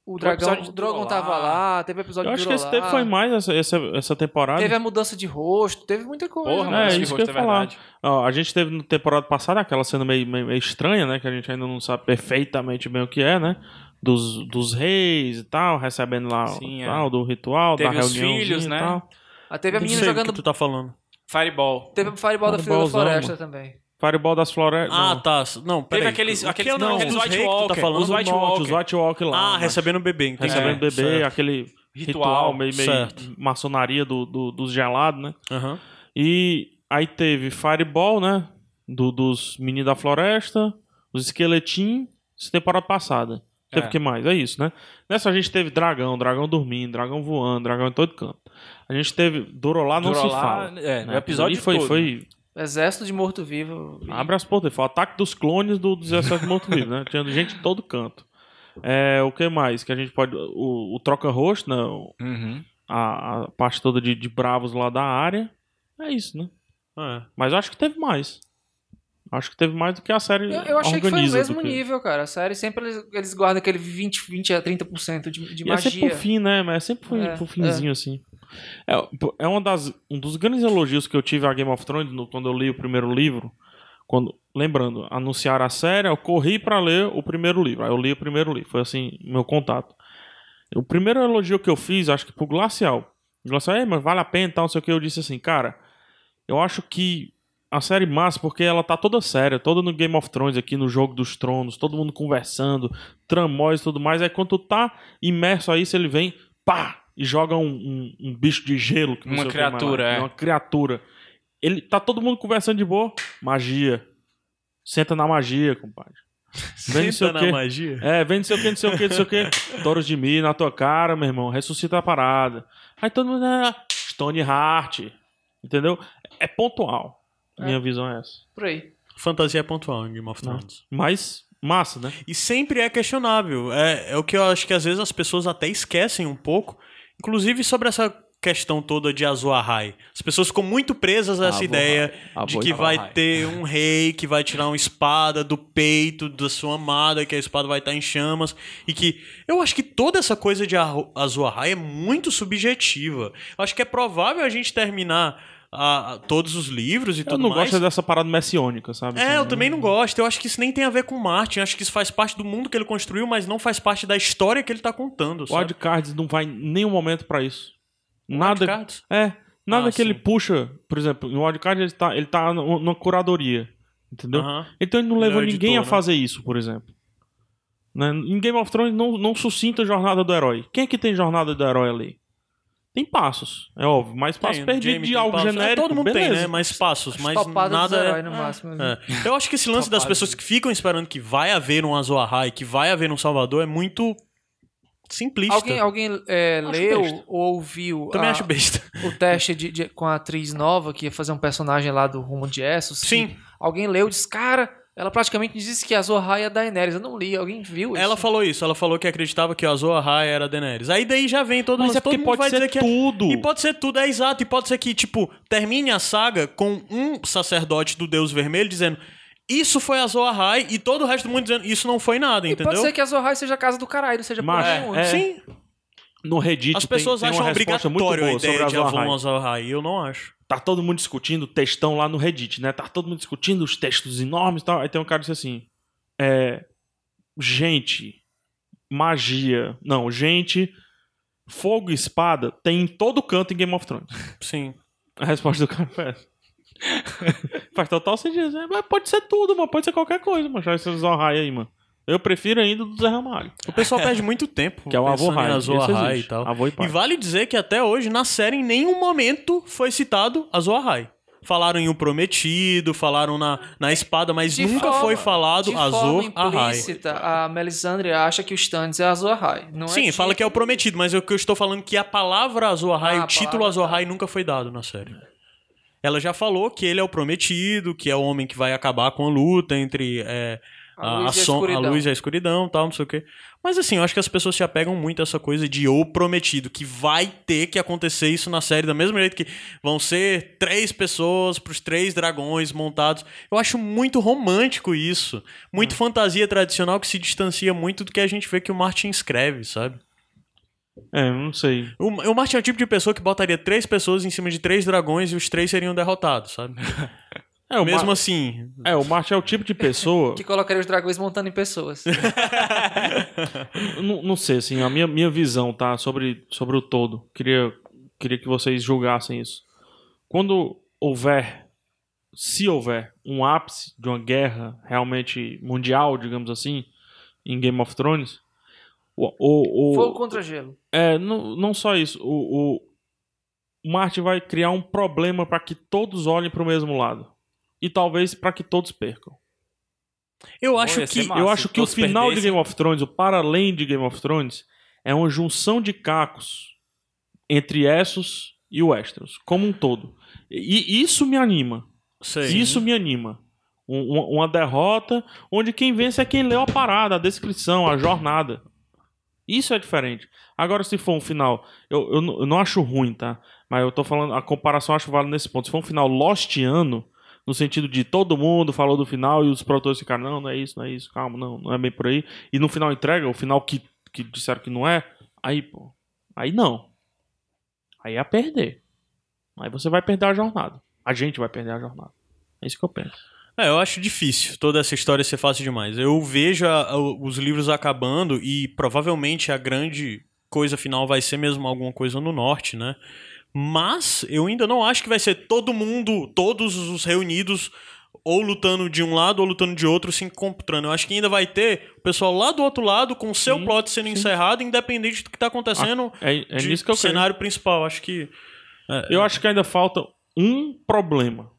o, o dragão,
episódio
o
do
Drogon
Drolar.
tava lá, teve episódio
Eu
do
acho que esse
Drolar,
tempo foi mais essa, essa, essa temporada.
Teve a mudança de rosto, teve muita coisa.
Porra,
né?
É,
mano,
isso
rosto
que eu ia falar.
verdade.
Ó, a gente teve na temporada passada aquela cena meio, meio, meio estranha, né? Que a gente ainda não sabe perfeitamente bem o que é, né? Dos, dos reis e tal, recebendo lá
Sim,
o
é.
tal, do ritual, da
Teve os
reunião.
filhos, né?
E tal.
Ah, teve a
Não
menina
sei
jogando.
o que tu tá falando.
Fireball.
Teve o Fireball da Filha da
Fireballzão,
Floresta também.
Fireball das Florestas.
Ah,
não.
tá. Não, peraí.
Teve aqueles-
O que
aqueles-
é o
não,
nome
aqueles
dos
White
reis que tu
Walker.
Tá falando?
Os White Walker. Os White Walker lá.
Ah,
né?
recebendo bebê, entendi.
Recebendo
É,
bebê,
certo.
aquele ritual,
Ritual,
meio, meio
certo.
maçonaria do, do, dos gelados, né?
Aham.
E aí teve Fireball, né? Do, dos meninos da floresta, os esqueletinhos, isso temporada passada. Teve
É.
o que mais? É isso, né? Nessa a gente teve dragão, dragão dormindo, dragão voando, dragão em todo canto. A gente teve Dorolá, não se
Durolá,
fala. né?
É, no episódio
Ali foi,
todo.
foi
Exército de Morto-Vivo.
Abre as portas, ele fala ataque dos clones do 17 Morto Vivo, né? Tinha gente de todo canto. É, o que mais? Que a gente pode. O, o troca-rosto, né? O-
Uhum.
A, a parte toda de, de bravos lá da área. É isso, né?
É.
Mas eu acho que teve mais. Acho que teve mais do que a série.
Eu, eu achei que foi o
organiza
mesmo
do que-
nível, cara. A série sempre eles, eles guardam aquele 20, 20 a 30% de, de
E é sempre
magia.
pro fim, né? Mas é sempre pro,
É,
pro finzinho, assim. É, pô, é uma das, um dos grandes elogios que eu tive a Game of Thrones no- quando eu li o primeiro livro. Quando, lembrando, anunciaram a série, eu corri pra ler o primeiro livro. Aí eu li o primeiro livro. Foi assim, meu contato. O primeiro elogio que eu fiz, acho que pro Glacial. O Glacial, "Ei, mas vale a pena e tal, não sei o que. Eu disse assim, cara, eu acho que a série massa, porque ela tá toda séria, toda no Game of Thrones aqui, no Jogo dos Tronos, todo mundo conversando, tramóis e tudo mais. Aí quando tu tá imerso a isso, ele vem, pá, e joga um, um- um bicho de gelo. que não
Uma
sei o que mais lá,
criatura, é.
Uma criatura. Ele tá todo mundo conversando de boa, magia. Senta na magia, compadre. Vem não sei
Senta
o
na
quê.
magia.
É, vem não sei o que, não sei o que, não sei o que. Touros de mim na tua cara, meu irmão. Ressuscita a parada. Aí todo mundo. Ah, Stoneheart. Entendeu? É pontual. Minha visão é essa.
Por aí.
Fantasia é pontual em Game of Thrones.
Mas, massa, né?
E sempre é questionável. É, é o que eu acho que às vezes as pessoas até esquecem um pouco. Inclusive sobre essa questão toda de Azuahai. As pessoas ficam muito presas a essa
Azuahai.
ideia de que
Azuahai.
vai ter um rei que vai tirar uma espada do peito da sua amada, que a espada vai estar em chamas. E que. Eu acho que toda essa coisa de Arro- Azuahai é muito subjetiva. Eu acho que é provável a gente terminar. a- a- todos os livros e
Eu
tudo
não
mais.
gosto dessa parada messiônica, sabe?
É,
Assim,
eu também não gosto. Eu acho que isso nem tem a ver com Martin. Eu acho que isso faz parte do mundo que ele construiu, mas não faz parte da história que ele tá contando.
O
Sabe?
Wildcards não vai em nenhum momento pra isso. Nada.
Wildcards?
É. Nada
Ah,
que ele
sim.
puxa, por exemplo, no Wildcard ele tá, ele tá nu- numa curadoria. Entendeu?
Aham.
Então ele não
Ele é o
levou ninguém
editor,
a
né?
fazer isso, por exemplo. Né? Em Game of Thrones não, não suscita a jornada do herói. Quem é que tem jornada do herói ali? Tem passos, é óbvio, mas passos
Tem,
perdidos
Jaime
de
tem
algo
passos. É,
genérico.
todo mundo
beleza.
tem, né? Mais passos, mas
Topada
nada.
dos
é-
herói, no máximo. ali.
né?
É. Eu acho que esse lance das
Topado.
pessoas que ficam esperando que vai haver um Azoahai, que vai haver um Salvador, é muito simplista.
Alguém, alguém é,
Acho
leu
besta.
ou ouviu
Também
Ah,
a-
acho besta.
o teste de- de- com a atriz nova que ia fazer um personagem lá do Rumo de Essos? que
Sim.
Alguém leu e disse, cara, ela praticamente disse que a Zohai é a Daenerys. Eu não li, alguém viu isso?
Ela falou isso, ela falou que acreditava que o Azoahai era Daenerys. Aí daí já vem todo
Mas
mundo,
é porque
todo mundo
pode
vai
ser
dizer que é-
tudo.
E pode ser tudo, é exato. E pode ser que, tipo, termine a saga com um sacerdote do Deus Vermelho dizendo isso foi a Zoahai e todo o resto do mundo dizendo isso não foi nada,
E
entendeu?
pode ser que a Zohai seja a casa do caralho, não seja
Mas-
porra nenhuma.
é.
Sim,
No Reddit
as pessoas
É. tem, tem
acham
uma resposta muito
obrigatório a
boa sobre
ideia
a
de
Zoahai.
Avon Zoahai, eu não acho.
tá todo mundo discutindo textão lá no Reddit, né? Tá todo mundo discutindo os textos enormes e tal. Aí tem um cara que disse assim: é, Gente, magia. Não, gente, fogo e espada tem em todo canto em Game of Thrones.
Sim.
A resposta do cara foi essa. <laughs> Faz total sentido. né? Mas pode ser tudo, mano. Pode ser qualquer coisa, mano. Já esses Zohai aí, mano. Eu prefiro ainda do Zé Ramalho.
O pessoal perde muito tempo.
Que é o avô
pensando em
Rai.
Azor
Esse
Ahai e
existe.
tal.
Avô e pai.
vale dizer que até hoje, na série, em nenhum momento foi citado Azoahai. Falaram em O Prometido, falaram na, na Espada, mas
De
nunca
forma-
foi falado
de forma
Azor Ahai.
implícita, a Melisandre acha que o Stannis é Azor Ahai. Não
Sim,
é
fala que é o Prometido, mas o que eu estou falando é que a palavra Azoahai,
Ah,
o
a
título
palavra,
Azoahai nunca foi dado na série. Ela já falou que ele é o Prometido, que é o homem que vai acabar com a luta entre é,
A
a,
luz
a
e a
som- a
escuridão.
luz e a escuridão tal, não sei o quê. Mas assim, eu acho que as pessoas se apegam muito a essa coisa de o prometido, que vai ter que acontecer isso na série, da mesma jeito que vão ser três pessoas pros três dragões montados. Eu acho muito romântico isso. Muito fantasia tradicional que se distancia muito do que a gente vê que o Martin escreve, sabe?
É, eu não sei.
O, o Martin é o tipo de pessoa que botaria três pessoas em cima de três dragões e os três seriam derrotados, sabe?
É, o
mesmo
Mar-
assim,
É, o Marte é o tipo de <laughs> pessoa.
Que colocaria os dragões montando em
<laughs>
pessoas.
Eu não, não sei, assim, a minha, minha visão, tá? Sobre, sobre o todo. Queria, queria que vocês julgassem isso. Quando houver, se houver, um ápice de uma guerra realmente mundial, digamos assim, em Game of Thrones, o, o, o-
Fogo contra gelo.
é, não, não só isso. O, o, o Martin vai criar um problema para que todos olhem para o mesmo lado. E talvez para que todos percam.
eu
Bom,
acho
ia ser
que
é massa.
Eu acho que o
Todos
final de
perdessem.
Game of Thrones, o para além de Game of Thrones, é uma junção de cacos entre Essos e Westeros, como um todo. E e isso me anima.
Sei.
Isso me anima. Um- Uma, uma derrota onde quem vence é quem leu a parada, a descrição, a jornada. Isso é diferente. Agora, se for um final, eu, eu n- eu não acho ruim, tá? Mas eu tô falando, a comparação eu acho válida nesse ponto. Se for um final lostiano, no sentido de todo mundo falou do final e os produtores ficaram, não, não é isso, não é isso, calma, não, não é bem por aí. E no final entrega, o final que, que disseram que não é, aí, pô, aí não. Aí é a perder. Aí você vai perder a jornada. A gente vai perder a jornada. É isso que eu penso.
É, eu acho difícil toda essa história ser fácil demais. Eu vejo a- o- os livros acabando e provavelmente a grande coisa final vai ser mesmo alguma coisa no norte, né? Mas eu ainda não acho que vai ser todo mundo, todos os reunidos, ou lutando de um lado ou lutando de outro, se encontrando. Eu acho que ainda vai ter o pessoal lá do outro lado com o seu
Sim,
plot sendo encerrado, independente do que tá acontecendo
É, é
de-
nisso que eu
do
creio.
cenário principal. Acho que.
Eu acho que ainda falta um problema.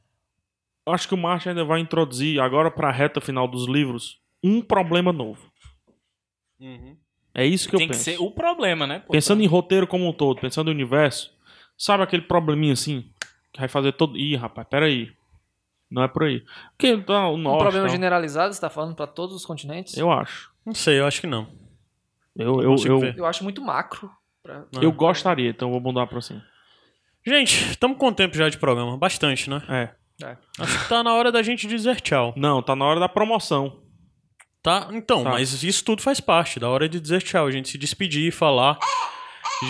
Eu acho que o Martin ainda vai introduzir, agora pra reta final dos livros, um problema novo. É isso que
Tem
eu
que
penso.
ser o problema, né? pô?
Pensando em roteiro como um todo, pensando em universo, sabe aquele probleminha assim? Que vai fazer todo. Ih, rapaz, peraí. Não é por aí. Porque tá, o
Um
norte,
problema
então.
tá,
generalizado, você tá falando pra todos os continentes?
Eu acho.
Não sei, eu acho que não.
Eu, eu,
consigo
eu,
ver.
Eu acho muito macro. pra-
eu gostaria, então eu vou mudar pra assim.
Gente, estamos com tempo já de programa. Bastante, né?
É.
Acho que tá na hora da gente dizer tchau.
Não, tá na hora da promoção.
Tá? Então,
Tá.
mas isso tudo faz parte da hora de dizer tchau, a gente se despedir, falar.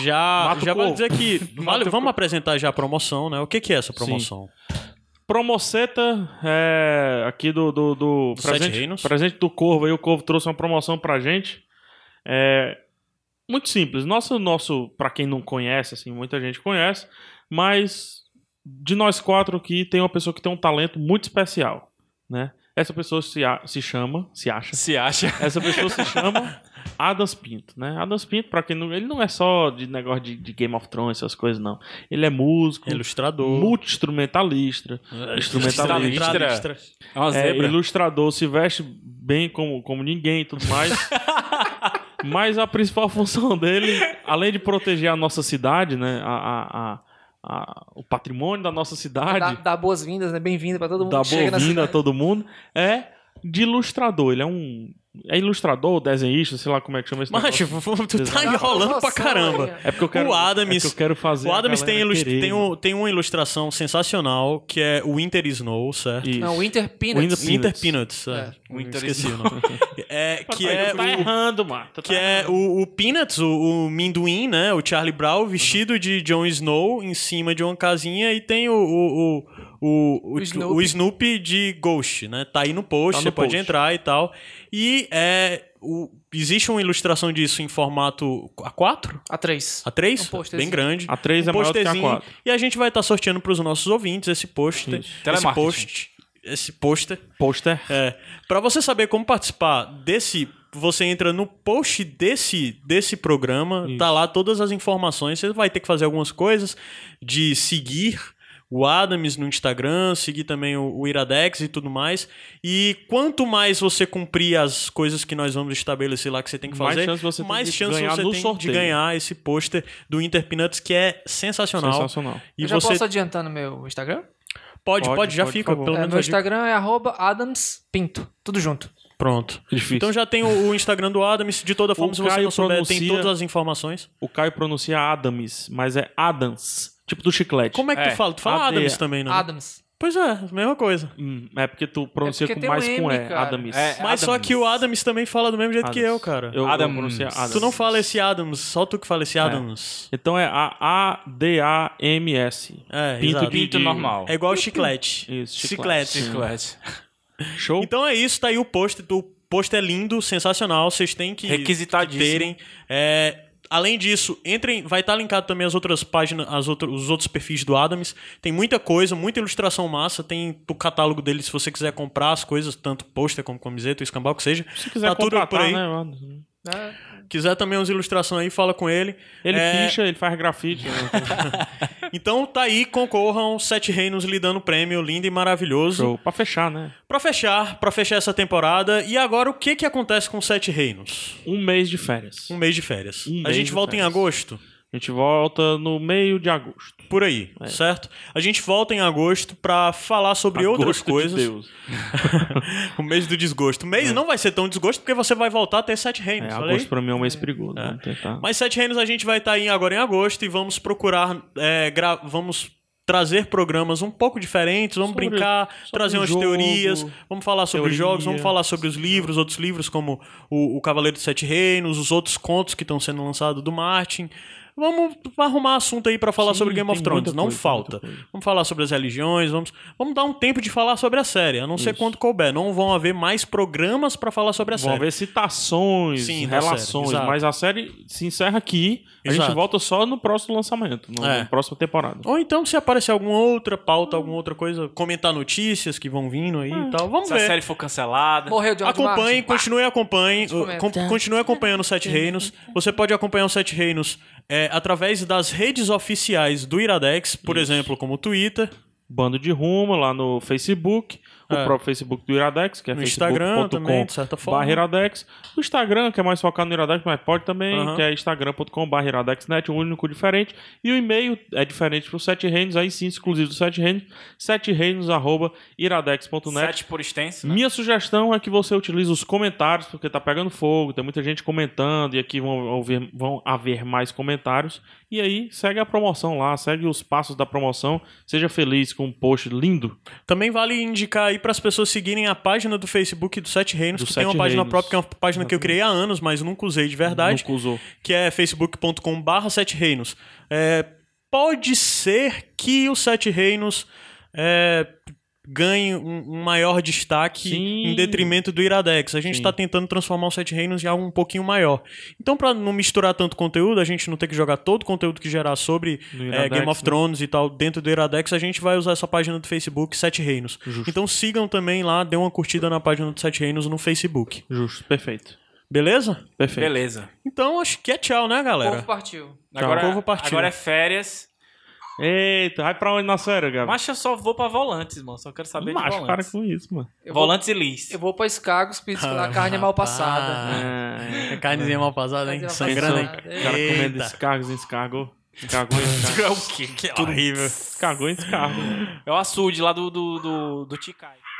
Já,
Mata o
já vale
povo.
dizer que. Vale, vamos apresentar já a promoção, né? O que, que é essa promoção?
Promoceta é, aqui do, do, do
Do Sete
presente,
Reinos.
presente do Corvo aí, o Corvo trouxe uma promoção pra gente. É, muito simples. Nosso, nosso para quem não conhece, assim, muita gente conhece, mas de nós quatro aqui tem uma pessoa que tem um talento muito especial, né? Essa pessoa se, a- se chama, se acha,
Se acha.
essa pessoa se chama Adams Pinto, né? Adams Pinto, pra quem não. Ele não é só de negócio de, de Game of Thrones, essas coisas, não. Ele é músico,
Ilustrador. né?
multi-instrumentalista.
Instrumentalista.
Instrumentalista.
É uma
É,
zebra.
ilustrador, se veste bem como, como ninguém e tudo
<laughs>
mais. Mas a principal função dele, além de proteger a nossa cidade, né? a- a- a- a- o patrimônio da nossa cidade,
Dá, dá boas-vindas, né? Bem-vindo pra todo mundo
dar
que chega na
boa-vinda a
cidade.
todo mundo, é de ilustrador. Ele é um. É ilustrador, desenhista, sei lá como é que chama esse
Macho, <laughs>
negócio.
tu tá
Design.
enrolando pra
Nossa,
caramba.
olha.
É porque eu quero,
o Adams-
é que eu quero fazer.
O
a
Adams tem,
galera
ilus-
querer.
tem, um- tem uma ilustração sensacional que é o Winter Snow, certo?
Isso.
Não, Winter
Winter Peanuts.
Peanuts.
Winter Peanuts, é.
É, Winter
Esqueci o
Snow.
nome. É, que
Aí
é
tu tá
o-
errando, mano. Tu tá
Que
Ah.
é
errando.
o, o Peanuts, o, o Minduim, né? O Charlie Brown vestido de Jon Snow em cima de uma casinha e tem o, o, o, o, o,
O Snoopy.
o Snoopy de Ghost, né? Tá aí no post,
Tá no
você pode
post.
entrar e tal. E é, o, Existe uma ilustração disso em formato A4?
A
Ah,
3. Um
A3?
posterzinho.
Bem grande. Um
A 3 é maior do que a
posterzinho.
4.
E a gente vai estar sorteando para os nossos ouvintes esse pôster.
Isso.
Esse
Telemarketing.
post. Esse pôster.
Poster.
É, para você saber como participar desse, você entra no post desse desse programa, tá lá todas as informações. Você vai ter que fazer algumas coisas de seguir o Adams no Instagram, seguir também o, o Iradex e tudo mais. E quanto mais você cumprir as coisas que nós vamos estabelecer lá que você tem que
Mais
fazer,
chance você tem
mais
de
chance
ganhar
você
no
tem
sorteio.
de ganhar esse pôster do Inter Peanuts que é sensacional.
Sensacional.
E
Eu já
você
posso adiantar no meu Instagram?
pode, pode,
Pode,
já
pode,
fica,
por favor.
pelo
É,
menos
meu
eu digo-
Instagram é arroba adamspinto. Tudo junto.
pronto.
Difícil.
Então já tem o, o Instagram do Adams. De toda forma,
O
se você
Caio
não souber, tem
pronuncia-
todas as informações.
O Caio pronuncia Adams, mas é Adams. Tipo do chiclete.
Como é que
É,
tu fala? Tu fala
AD.
Adams também, né?
Adams.
Pois é, mesma coisa.
Hum, é porque tu pronuncia
É porque
com
tem
mais
um
com
M,
E.
cara.
Adams.
É,
Mas só
Adams.
que o Adams também fala do mesmo jeito que eu, cara.
Eu, eu
Adams.
pronuncia Adams. É.
Tu não fala esse Adams, só tu que fala esse Adams.
Então é a A-D-A-M-S.
É,
Pinto
exato.
de-
Pinto normal.
É igual chiclete.
Isso, chiclete.
chiclete.
Chiclete.
Show?
Então é isso, tá aí o post. O post é lindo, sensacional. Vocês têm que
Requisitadíssimo.
que terem. É, além disso, entrem. Vai estar linkado também as outras páginas, as outras, os outros perfis do Adams. Tem muita coisa, muita ilustração massa. Tem o catálogo dele se você quiser comprar as coisas, tanto pôster como camiseta, escambau, o que seja.
se quiser
tá tudo
contratar,
por aí.
né? Adams?
É,
Quiser também umas ilustrações aí, fala com ele.
Ele
É,
picha, ele faz grafite.
<laughs>
né?
Então tá aí, concorram, Sete Reinos lhe dando prêmio, lindo e maravilhoso.
Show. Pra fechar, né?
Pra fechar, pra fechar essa temporada. E agora o que que acontece com Sete Reinos?
Um mês de férias.
Um mês de férias.
Um
a
mês
gente
de
volta em
férias.
agosto,
A gente volta no meio de agosto.
por aí,
É.
certo? A gente volta em agosto pra falar sobre outras
Agosto de
coisas.
Deus.
o mês do desgosto. O mês não vai ser tão desgosto porque você vai voltar a ter sete
É,
reinos, olha aí.
agosto pra mim é um mês perigoso. Vamos tentar.
Mas sete reinos a gente vai estar aí agora em agosto e vamos procurar, é, gra- vamos trazer programas um pouco diferentes, vamos
Sobre-
brincar, trazer umas
jogo,
teorias, vamos falar sobre
teoria.
jogos, vamos falar sobre os livros, outros livros como o, o Cavaleiro dos Sete Reinos, os outros contos que estão sendo lançados do Martin. Vamos arrumar assunto aí pra falar
Sim,
sobre Game of
tem
Thrones,
muita
não
coisa,
falta.
muita coisa.
Vamos falar sobre as religiões, vamos, vamos dar um tempo de falar sobre a série, a não ser quanto couber. Não vão haver mais programas pra falar sobre a
Vão
série.
haver citações,
Tá Sim, da
relações,
série, exato.
mas a série se encerra aqui. A
Exato.
gente volta só no próximo lançamento, no-
É.
na próxima temporada.
Ou então, se aparecer alguma outra pauta, alguma outra coisa, comentar notícias que vão vindo aí e tal. Vamos
Se a
ver.
série for cancelada.
Morreu de
Acompanhe, continue acompanhe,
comenta.
com- continue acompanhando o Sete Reinos. Você pode acompanhar o Sete Reinos é, através das redes oficiais do Iradex, por exemplo, como o Twitter,
Bando de Rumo lá no Facebook,
É.
o próprio Facebook do Iradex, que é
No Instagram também,
facebook.com
de certa forma.
barra Iradex. O Instagram, que é mais focado no Iradex, mas pode também,
Aham.
que é instagram.com barra Iradexnet, o único diferente. E o e-mail é diferente pro Sete Reinos, aí sim, exclusivo do Sete Reinos, sete reinos arroba iradex.net.
Sete por extenso. né?
Minha sugestão é que você utilize os comentários, porque tá pegando fogo, tem muita gente comentando, e aqui vão, ouvir- vão haver mais comentários. E aí, segue a promoção lá, segue os passos da promoção, seja feliz com um post lindo.
Também vale indicar aí para as pessoas seguirem a página do Facebook do Sete Reinos,
Do
que tem
Sete
uma página
Reinos.
própria, que é uma página que eu criei há anos, mas nunca usei de verdade.
Nunca usou.
que é facebook.com barra Sete Reinos. É, pode ser que o Sete Reinos é, ganhe um, um maior destaque
Sim.
em detrimento do Iradex. A gente
Sim.
está tentando transformar o Sete Reinos em algo um pouquinho maior. Então, para não misturar tanto conteúdo, a gente não ter que jogar todo o conteúdo que gerar sobre
No
é,
Iradex,
Game of
né?
Thrones e tal dentro do Iradex, a gente vai usar essa página do Facebook, Sete Reinos. Então sigam também lá, dê uma curtida na página do Sete Reinos no Facebook.
Justo, perfeito.
Beleza?
Perfeito.
Então-
Tá,
Beleza.
Então acho que é tão, né,
O
galera?
povo partiu.
Agora,
então
O povo partiu.
né?
agora é férias.
Eita, vai pra onde na série, Gabi?
Mas eu só vou pra volantes, mano. Só quero saber de
Macho, para
volantes.
com isso, mano.
Eu vou,
Volantes e Liz.
eu vou pra Escagos, porque
Ah,
a carne é mal passada.
rapaz.
Ah.
É,
É Carnezinha mal passada, É. hein?
Carnezinha
Sangrando, hein?
mal passada.
cara comendo
Eita.
descargos, descargou. Descargou,
<laughs>
descargou.
o quê? É Que horrível.
Descargou, descargou.
É o açude lá do, do, do, do Ticai.